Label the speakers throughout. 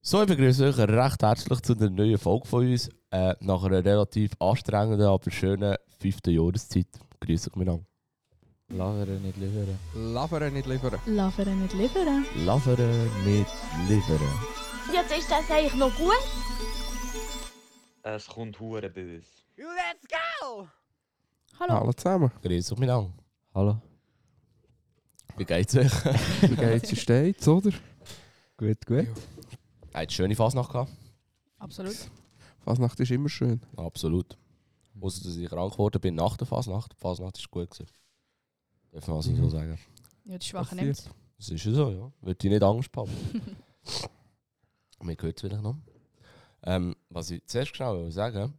Speaker 1: So, ich begrüße euch recht herzlich zu einer neuen Folge von uns. Äh, nach einer relativ anstrengenden, aber schönen fünften Jahreszeit. Grüße euch miteinander.
Speaker 2: Laveren nicht liefern.
Speaker 3: Labern nicht liefern.
Speaker 4: Labern nicht liefern.
Speaker 2: Laveren nicht liefern.
Speaker 5: Jetzt ist das eigentlich noch gut.
Speaker 6: Es kommt hure böse.
Speaker 4: Hallo.
Speaker 3: zusammen.
Speaker 1: Grüße euch miteinander.
Speaker 2: Hallo.
Speaker 1: Wie geht's euch?
Speaker 3: Wie geht's dir stets, oder?
Speaker 2: Gut, gut.
Speaker 1: Habt ihr eine schöne Fasnacht gehabt?
Speaker 4: Absolut.
Speaker 3: Fasnacht ist immer schön.
Speaker 1: Absolut. Mhm. Außer, dass ich krank geworden bin nach der Fasnacht. Die Fasnacht war gut. Gewesen. Darf man also so sagen.
Speaker 4: Ja, die Schwachen
Speaker 3: Passiert.
Speaker 4: nimmt's.
Speaker 1: Das ist ja so, ja. Würde ich nicht Angst haben. Mir gehört es vielleicht noch. Ähm, was ich zuerst genau will sagen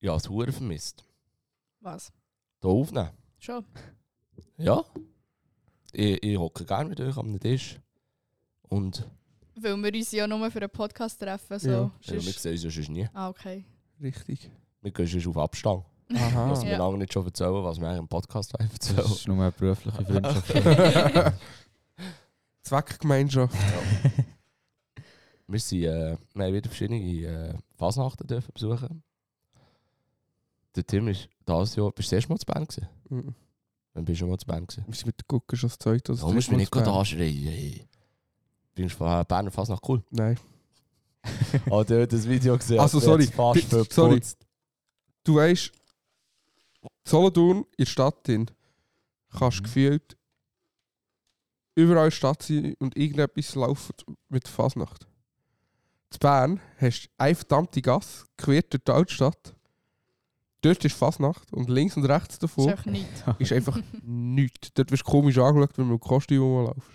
Speaker 1: ja, das Huren vermisst.
Speaker 4: Was?
Speaker 1: Hier aufnehmen.
Speaker 4: Schon?
Speaker 1: Ja. Ich, ich hocke gerne mit euch am Tisch. Und äh,
Speaker 4: Weil wir uns ja nur für einen Podcast treffen. So.
Speaker 3: Ja.
Speaker 1: ja, wir
Speaker 4: Sonst-
Speaker 1: sehen uns ja sonst nie.
Speaker 4: Ah, okay.
Speaker 3: Richtig.
Speaker 1: Wir gehen sonst auf Abstand.
Speaker 3: Aha.
Speaker 1: Dass wir
Speaker 4: Ja.
Speaker 1: lange nicht schon erzählen, was wir eigentlich im Podcast haben
Speaker 2: Das
Speaker 1: erzählen.
Speaker 2: ist nur eine berufliche Freundschaft.
Speaker 3: Zweckgemeinschaft.
Speaker 1: Wir, sind, äh, wir haben wieder verschiedene äh, Fasnachten dürfen besuchen. Der Tim ist dieses Jahr, bist du das erste Mal zu Bern gewesen?
Speaker 3: Mhm.
Speaker 1: Wann bist du schon mal zu Bern gewesen?
Speaker 3: Wir sind mit der Gucke schon das zweite oder das
Speaker 1: Warum musst du mich
Speaker 3: dritte
Speaker 1: nicht
Speaker 3: Mal
Speaker 1: gerade anschreien? ey? Findest du von Berner Fasnacht cool?
Speaker 3: zu Bern. Nein.
Speaker 1: Ah, du hast das Video gesehen.
Speaker 3: Also,
Speaker 1: der hat's Fast
Speaker 3: sorry. Bi- sorry.
Speaker 1: verputzt.
Speaker 3: Du weißt, Solothurn in der Stadt drin, kannst
Speaker 2: Mhm.
Speaker 3: gefühlt überall in der Stadt sein und irgendetwas laufen mit der Fasnacht. Zu Bern hast du eine verdammte Gasse, quer durch die Altstadt. Dort ist Fasnacht und links und rechts
Speaker 4: Das ist
Speaker 3: davon
Speaker 4: einfach nichts.
Speaker 3: ist einfach nichts. Dort wirst du komisch angeschaut, wenn du mit dem Kostüm rumlaufst.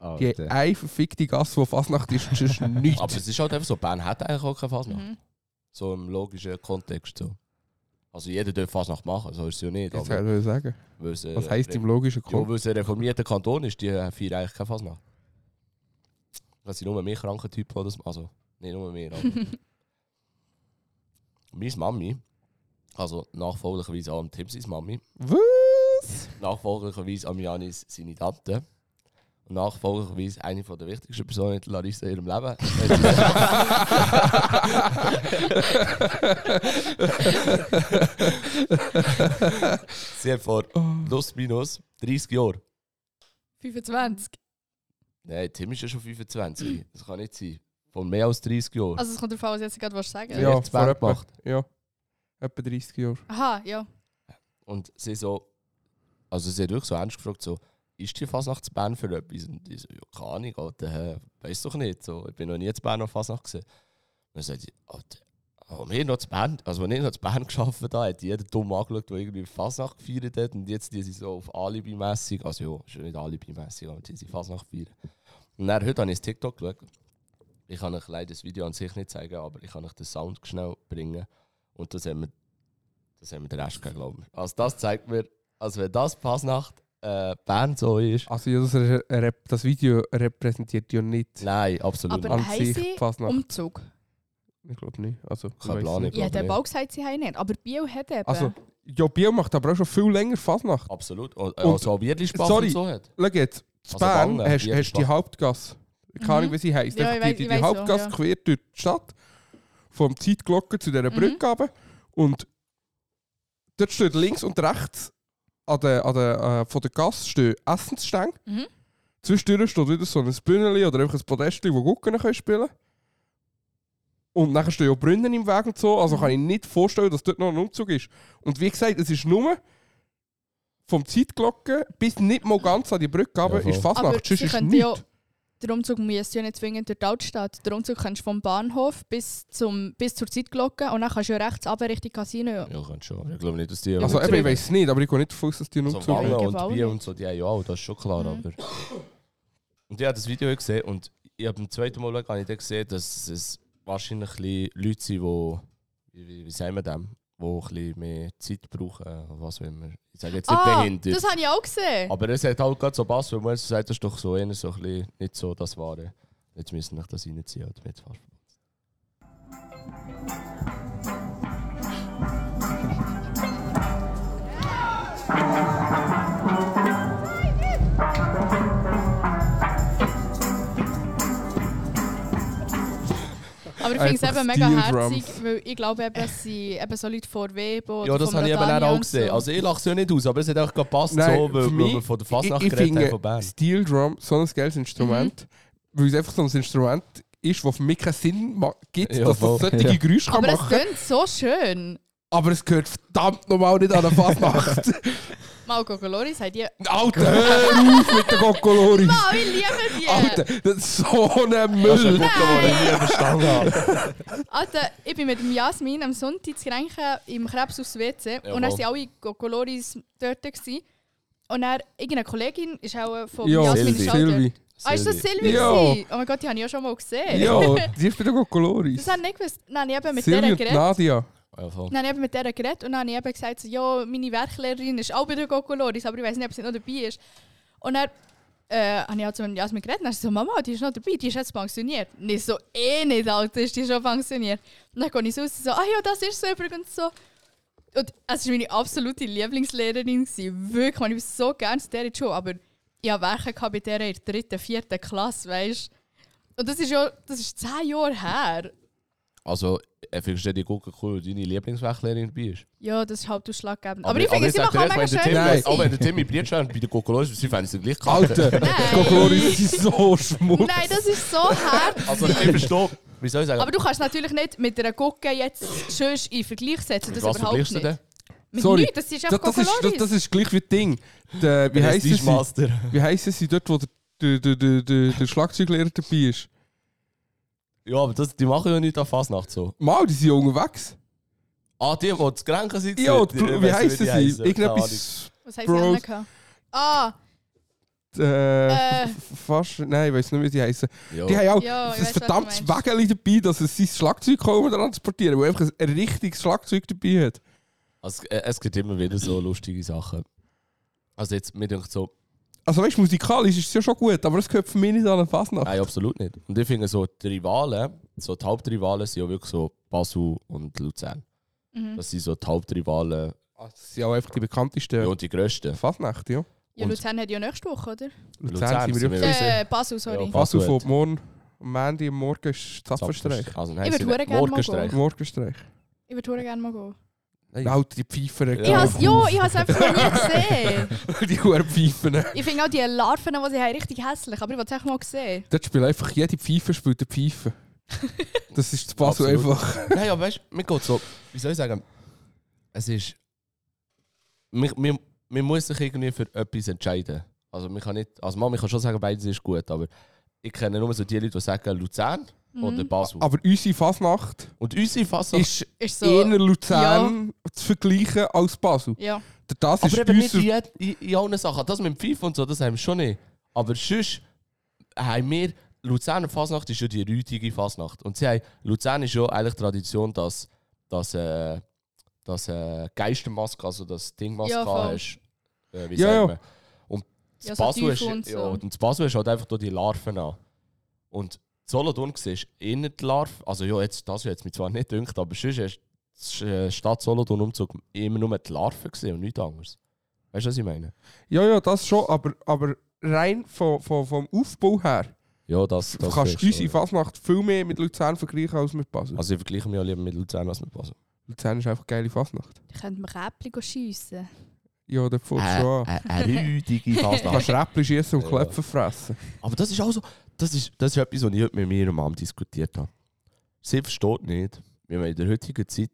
Speaker 3: Die haben
Speaker 2: Alter.
Speaker 3: eine verfickte Gasse, die Fasnacht ist, und sonst nichts.
Speaker 1: Aber es ist halt einfach so, Bern hat eigentlich auch keine Fasnacht.
Speaker 4: Mhm.
Speaker 1: So im logischen Kontext. So. Also jeder darf Fasnacht machen, so ist es ja nicht.
Speaker 3: das
Speaker 1: Aber
Speaker 3: kann ich sagen.
Speaker 1: weil's, äh,
Speaker 3: Was heisst im logischen
Speaker 1: Ja,
Speaker 3: Kopf?
Speaker 1: weil es ein reformierter Kanton ist, die äh, feiern eigentlich keine Fasnacht. Das sind nur mehr kranke Typen, die das Also, nicht nur mehr, aber... Meine Mami, also nachfolglicherweise auch an Tim seine Mami,
Speaker 3: Was?
Speaker 1: nachfolglicherweise an Janis seine Tante und nachfolglicherweise eine von der wichtigsten Personen in Larissa in ihrem Leben. Sie hat vor plus minus 30 Jahren
Speaker 4: 25.
Speaker 1: Nein, Tim ist ja schon 25. Das kann nicht sein. Von mehr als 30 Jahren.
Speaker 4: Also es kommt davon, was ich jetzt gerade willst sagen
Speaker 1: Ja.
Speaker 3: vor
Speaker 1: Bern
Speaker 3: etwa-
Speaker 1: gemacht.
Speaker 3: Ja, etwa 30 Jahre.
Speaker 4: Aha, ja.
Speaker 1: und sie so. Also sie hat wirklich so ernst gefragt, so, ist die Fasnacht zu Bern für etwas? Und ich so, ja, keine Ahnung, Alter, hä, weiss doch nicht. So, ich bin noch nie zu Bern auf Fasnacht gesehen. Und dann sagt sie, Alter, als wir noch zu Bern, also als ich noch zu Bern gearbeitet habe, hat jeder dumm angeschaut, der irgendwie Fasnacht gefeiert hat. Und jetzt die sind so auf Alibi-mässig, also ja, schon nicht Alibi-mässig, aber die sind Fasnacht feiern. Und dann heute habe ich das TikTok geschaut. Ich kann euch leider das Video an sich nicht zeigen, aber ich kann euch den Sound schnell bringen. Und das haben wir, das haben wir den Rest gegeben, glaube ich. Also das zeigt mir, also wenn das Passnacht äh, Bern so ist.
Speaker 3: Also ja, das, re- rep- das Video repräsentiert ja nicht
Speaker 1: Nein, absolut
Speaker 4: Aber
Speaker 1: nicht.
Speaker 3: an
Speaker 4: haben
Speaker 3: sich
Speaker 4: sie um
Speaker 3: die Fasnacht.
Speaker 4: Umzug.
Speaker 3: ich glaube nicht. Also, ich
Speaker 1: Kein
Speaker 3: weiss
Speaker 1: Plan,
Speaker 3: nicht.
Speaker 1: ich
Speaker 4: Ich hätte
Speaker 1: glaube
Speaker 4: eben
Speaker 1: nicht.
Speaker 4: auch gesagt, sie haben nicht. Aber Bio hat eben.
Speaker 3: Also, ja, Biel macht aber auch schon viel länger Fasnacht.
Speaker 1: Absolut. Und, äh,
Speaker 3: Und-
Speaker 1: also Wirtlispach
Speaker 3: sorry.
Speaker 1: und so hat.
Speaker 3: Schau jetzt, zu
Speaker 1: Also
Speaker 3: Bern
Speaker 1: Wangen, Biel
Speaker 3: hast hast du die
Speaker 1: Fasnacht.
Speaker 3: Hauptgasse. Keine Ahnung, wie sie heisst.
Speaker 4: Mhm. Ja,
Speaker 3: Einfach
Speaker 4: ich
Speaker 3: die,
Speaker 4: weiss-
Speaker 3: die,
Speaker 4: ich
Speaker 3: die
Speaker 4: weiss auch,
Speaker 3: Hauptgasse
Speaker 4: ja.
Speaker 3: quer durch die Stadt, vom Zeitglocken zu dieser
Speaker 4: Mhm.
Speaker 3: Brücke runter. Und dort steht links und rechts an der, an der, äh, von der Gasse stehen Essensstänge.
Speaker 4: Mhm.
Speaker 3: Zwischendurch steht wieder so ein Bühneli oder einfach ein Podest, wo Gucken können spielen Und nachher stehen ja Brunnen im Weg und so. Also kann ich nicht vorstellen, dass dort noch ein Umzug ist. Und wie gesagt, es ist nur vom Zeitglocken bis nicht mal ganz an die Brücke runter
Speaker 1: Ja, voll.
Speaker 3: ist
Speaker 4: aber
Speaker 3: Fasnacht.
Speaker 4: sie
Speaker 3: Sonst ist
Speaker 4: könnten
Speaker 3: nichts.
Speaker 4: ja... Der Umzug müsste ja nicht zwingend durch die Altstadt. Der Umzug kannst du vom Bahnhof bis, zum, bis zur Zeitglocke und dann kannst du ja rechts runter Richtung Casino.
Speaker 1: Ja, könnt schon. Ich glaube nicht, dass die.
Speaker 3: Also,
Speaker 4: Ja,
Speaker 3: eben, ich
Speaker 4: zurück.
Speaker 3: weiß nicht, aber ich gehe nicht genau. davon aus, dass die einen
Speaker 1: so
Speaker 3: Umzug
Speaker 1: Wangen
Speaker 3: haben.
Speaker 4: Wangen
Speaker 1: Also und
Speaker 4: auch
Speaker 1: Bier
Speaker 4: nicht.
Speaker 1: und so, die haben ja auch, das ist schon klar.
Speaker 4: Mhm.
Speaker 1: Aber. Und ich habe das Video gesehen und ich habe beim zweiten Mal geschaut, habe ich dann gesehen, dass es wahrscheinlich ein bisschen Leute sind, die, wie, wie, wie sagen wir dem, die ein bisschen mehr Zeit brauchen, äh, was will man. Ich sage jetzt nicht behindert.
Speaker 4: Ah, das habe ich auch gesehen.
Speaker 1: Aber es hat halt gerade so Bass, weil man sagt, das ist doch so eher so ein bisschen nicht so das Wahre. Jetzt müssen wir das reinziehen. halt, Oder? Jetzt fast.
Speaker 4: Aber ich finde es
Speaker 3: Einfach
Speaker 4: eben mega
Speaker 3: Steel Drum.
Speaker 4: herzig, weil ich glaube eben, dass sie eben so Leute vor Webo
Speaker 1: Ja,
Speaker 4: oder
Speaker 1: das
Speaker 4: vom
Speaker 1: habe ich eben
Speaker 4: Radani
Speaker 1: auch
Speaker 4: und
Speaker 1: gesehen.
Speaker 4: So.
Speaker 1: Also ich lache es ja nicht aus, aber es hat auch gepasst,
Speaker 3: Nein,
Speaker 1: so,
Speaker 3: für
Speaker 1: weil,
Speaker 3: mich-
Speaker 1: weil wir von der
Speaker 3: ich,
Speaker 1: Fasnacht
Speaker 3: ich
Speaker 1: geredet haben
Speaker 3: finde
Speaker 1: von Bern.
Speaker 3: Steel Drum so ein geiles Instrument,
Speaker 4: Mhm.
Speaker 3: weil es einfach so ein Instrument ist, das für mich keinen Sinn ma- gibt,
Speaker 1: Ja,
Speaker 3: dass das
Speaker 1: voll.
Speaker 3: solche
Speaker 2: Ja.
Speaker 3: Geräusche kann
Speaker 4: aber es
Speaker 3: machen kann.
Speaker 4: klingt so schön.
Speaker 3: Aber es gehört verdammt nochmal nicht an der Fasnacht.
Speaker 4: Malco Coloris hat die...
Speaker 3: Alter, hör auf mit den Gokoloris.
Speaker 4: Wow, ich liebe die!
Speaker 3: Alter, das ist so ein
Speaker 1: Das ist ein
Speaker 3: Müll.
Speaker 1: Gucker, den ich nie verstanden habe.
Speaker 4: Alter, ich bin mit dem Jasmin am Sonntag zu Grenchen im Krebs aufs WC und dann
Speaker 1: Jawohl.
Speaker 4: waren alle Gokoloris dort. Gewesen. Und dann, irgendeine Kollegin ist auch äh, von
Speaker 3: Ja,
Speaker 4: Jasmin
Speaker 1: Silvi.
Speaker 4: ist auch dort.
Speaker 3: Silvi.
Speaker 4: Ah, ist das Silvi?
Speaker 3: Ja.
Speaker 4: gewesen? Oh mein Gott, die habe ich ja schon mal gesehen.
Speaker 3: Ja, die ist bei den Gokoloris.
Speaker 4: Das habe ich nicht gewusst. Nein, ich habe mit
Speaker 3: Silvi
Speaker 4: der
Speaker 3: und
Speaker 4: geredet.
Speaker 3: Nadia.
Speaker 1: Ja, voll.
Speaker 4: Dann habe ich eben mit der geredet und dann habe ich eben gesagt, so, ja, meine Werklehrerin ist auch bei der Gokoloris, aber ich weiß nicht, ob sie noch dabei ist. Und dann äh, habe ich auch zu meinem Jasmin geredet und dann so, Mama, die ist noch dabei, die ist jetzt pensioniert. Und ich so, eh nicht, Alter, ist die schon pensioniert. Und dann gehe ich so raus und so, ah ja, das ist so übrigens so. Und es war meine absolute Lieblingslehrerin. Gewesen. Wirklich, man, ich war so gerne zu dieser Schule, aber ich hatte Werke gehabt bei dieser in der dritten, vierten Klasse, weißt du. Und das ist ja, das ist zehn Jahre her.
Speaker 1: Also, äh, findest du die Gucker cool, weil deine Lieblingswächlerin dabei ist?
Speaker 4: Ja, das ist hauptausschlaggebend. Aber, aber ich finde, sie
Speaker 1: sag
Speaker 4: machen
Speaker 1: dir
Speaker 4: auch
Speaker 1: echt,
Speaker 4: mega
Speaker 1: wenn der Tim-
Speaker 4: schön.
Speaker 3: Nein.
Speaker 1: Aber wenn der Timmy Blitzschirm bei den Gokoloris ist, sie fänden sie gleich kacke.
Speaker 3: Alter, die Gokoloris sind so schmutzig.
Speaker 4: Nein, das ist so hart.
Speaker 1: Also, ich verstehe, wie soll ich sagen,
Speaker 4: Aber du kannst natürlich nicht mit einer Gurke jetzt schön in Vergleich setzen.
Speaker 1: mit
Speaker 4: Das
Speaker 1: was
Speaker 4: überhaupt
Speaker 1: vergleichst du
Speaker 4: nicht.
Speaker 1: denn?
Speaker 4: Mit
Speaker 3: Sorry.
Speaker 4: nichts, das ist
Speaker 3: Das,
Speaker 4: einfach
Speaker 3: das, ist, das, das
Speaker 4: Kokoloris.
Speaker 3: ist gleich wie das Ding. Der, wie heißt
Speaker 1: Prestige
Speaker 3: sie?
Speaker 1: Master.
Speaker 3: Wie heissen sie dort, wo der, der, der, der, der, der Schlagzeuglehrer dabei ist?
Speaker 1: Ja, aber das, die machen ja nicht an Fasnacht so.
Speaker 3: Mal, die sind ja unterwegs.
Speaker 1: Ah, die, die zu Grenken sind?
Speaker 3: Ja,
Speaker 1: die-
Speaker 3: die, wie
Speaker 1: weiss
Speaker 3: heissen
Speaker 1: nicht,
Speaker 3: sie?
Speaker 1: heissen.
Speaker 3: Irgendetwas.
Speaker 4: Was heisst die denn? Ah,
Speaker 3: Äh,
Speaker 4: Äh.
Speaker 3: fast. Nein, ich weiß nicht, wie die heißen.
Speaker 1: Keine Ahnung.
Speaker 3: Die
Speaker 1: Ja.
Speaker 3: haben auch
Speaker 4: Ja, ich
Speaker 3: das
Speaker 4: weiss, was du
Speaker 3: verdammtes
Speaker 4: meinst.
Speaker 3: Wägeli dabei, dass es sein Schlagzeug kann transportieren weil einfach ein richtiges Schlagzeug dabei hat.
Speaker 1: Also, äh, es gibt immer wieder so lustige Sachen. Also jetzt, mir denkt so,
Speaker 3: Also weißt du, musikalisch ist es ja schon gut, aber es gehört für mich nicht an eine Fasnacht.
Speaker 1: nein, absolut nicht. Und ich finde so, die Rivalen, so die Hauptrivalen sind ja wirklich so Basel und Luzern.
Speaker 4: mhm.
Speaker 1: Das sind so die Hauptrivalen
Speaker 3: Also, das sind ja auch einfach die
Speaker 1: ja.
Speaker 3: bekanntesten
Speaker 1: und die grössten.
Speaker 3: Fasnacht, ja.
Speaker 4: ja,
Speaker 1: und-
Speaker 4: Luzern hat ja nächste Woche, oder?
Speaker 3: Luzern sind wir ja.
Speaker 1: Ja,
Speaker 4: Äh, Basel, sorry.
Speaker 1: Ja, Basel.
Speaker 3: Basel
Speaker 1: gut.
Speaker 3: fährt morgen, am Montag, am Morgen ist Zapfenstreich.
Speaker 1: Also, nein,
Speaker 4: Ich
Speaker 1: sie-
Speaker 4: würd gerne mal
Speaker 1: Morgenstreich.
Speaker 3: Morgenstreich.
Speaker 4: Ich würde gerne mal gehen.
Speaker 1: Nein.
Speaker 3: Alter, die Pfeifen.
Speaker 1: Ja.
Speaker 4: Ich has,
Speaker 1: Ja.
Speaker 4: ja, ich habe es einfach noch nie gesehen.
Speaker 3: die hohen Pfeifen.
Speaker 4: Ich finde auch die Larven, die sie haben, richtig hässlich. Aber ich wollte es echt mal sehen.
Speaker 3: Dort spielt einfach jede Pfeife spielt eine Pfeife. Das ist zu Basel
Speaker 1: Absolut.
Speaker 3: einfach.
Speaker 1: Nein, aber weißt du, mir geht so, wie soll ich sagen, es ist. Man, man, man muss sich irgendwie für etwas entscheiden. Also, man kann nicht. Also, man man kann schon sagen, beides ist gut, aber ich kenne nur so die Leute, die sagen Luzern oder
Speaker 4: Mhm.
Speaker 1: Basel.
Speaker 3: Aber unsere Fasnacht
Speaker 1: Und unsere Fassung.
Speaker 3: ist
Speaker 4: Ist
Speaker 3: eher
Speaker 4: so.
Speaker 3: Luzern zu vergleichen als Basel.
Speaker 4: Ja.
Speaker 3: Das ist
Speaker 1: aber eben nicht in,
Speaker 3: unser-
Speaker 1: jed- in, in allen Sachen. Das mit dem Pfeif und so, das haben wir schon nicht. Aber sonst haben wir. Luzerner Fasnacht ist ja die rütige Fasnacht. Und sie haben, Luzern ist ja eigentlich Tradition, dass, dass, äh, dass äh, Geistermaske, also das Dingmaske
Speaker 4: Ja, voll.
Speaker 1: hast. Äh, wie
Speaker 3: Ja, ja.
Speaker 1: sagen wir. Und
Speaker 4: Ja,
Speaker 1: das
Speaker 4: so
Speaker 1: Basel ist,
Speaker 4: Teufel und
Speaker 1: ja,
Speaker 4: so.
Speaker 1: und das Basel ist halt einfach durch die Larven an. Und Solothurn siehst du eh nicht die Larve. Also ja, jetzt, das jetzt mich zwar nicht dünkt, aber sonst hast die Sch- Stadt Solothurn Umzug immer nur die Larve gesehen und nichts anderes. Weißt du, was ich meine?
Speaker 3: Ja, ja, das schon, aber, aber rein vom, vom, vom Aufbau her
Speaker 1: Ja, das, das
Speaker 3: kannst du
Speaker 1: vielleicht schon,
Speaker 3: unsere Fasnacht viel mehr mit Luzern vergleichen als mit Basel.
Speaker 1: ja. Also ich vergleiche mich ja lieber mit Luzern als mit Basel.
Speaker 3: Luzern ist einfach eine geile Fasnacht.
Speaker 4: Ich könnte mir Räppchen schiessen.
Speaker 3: Ja, der fährt schon an.
Speaker 1: eine rüdige
Speaker 3: Du
Speaker 1: Fasnacht.
Speaker 3: kannst Räppchen schiessen und
Speaker 1: Äh, Ja.
Speaker 3: Klöpfe fressen.
Speaker 1: Aber das ist auch so, das ist, das ist etwas, was ich heute mit meiner Mom diskutiert habe. Sie versteht nicht, wie man in der heutigen Zeit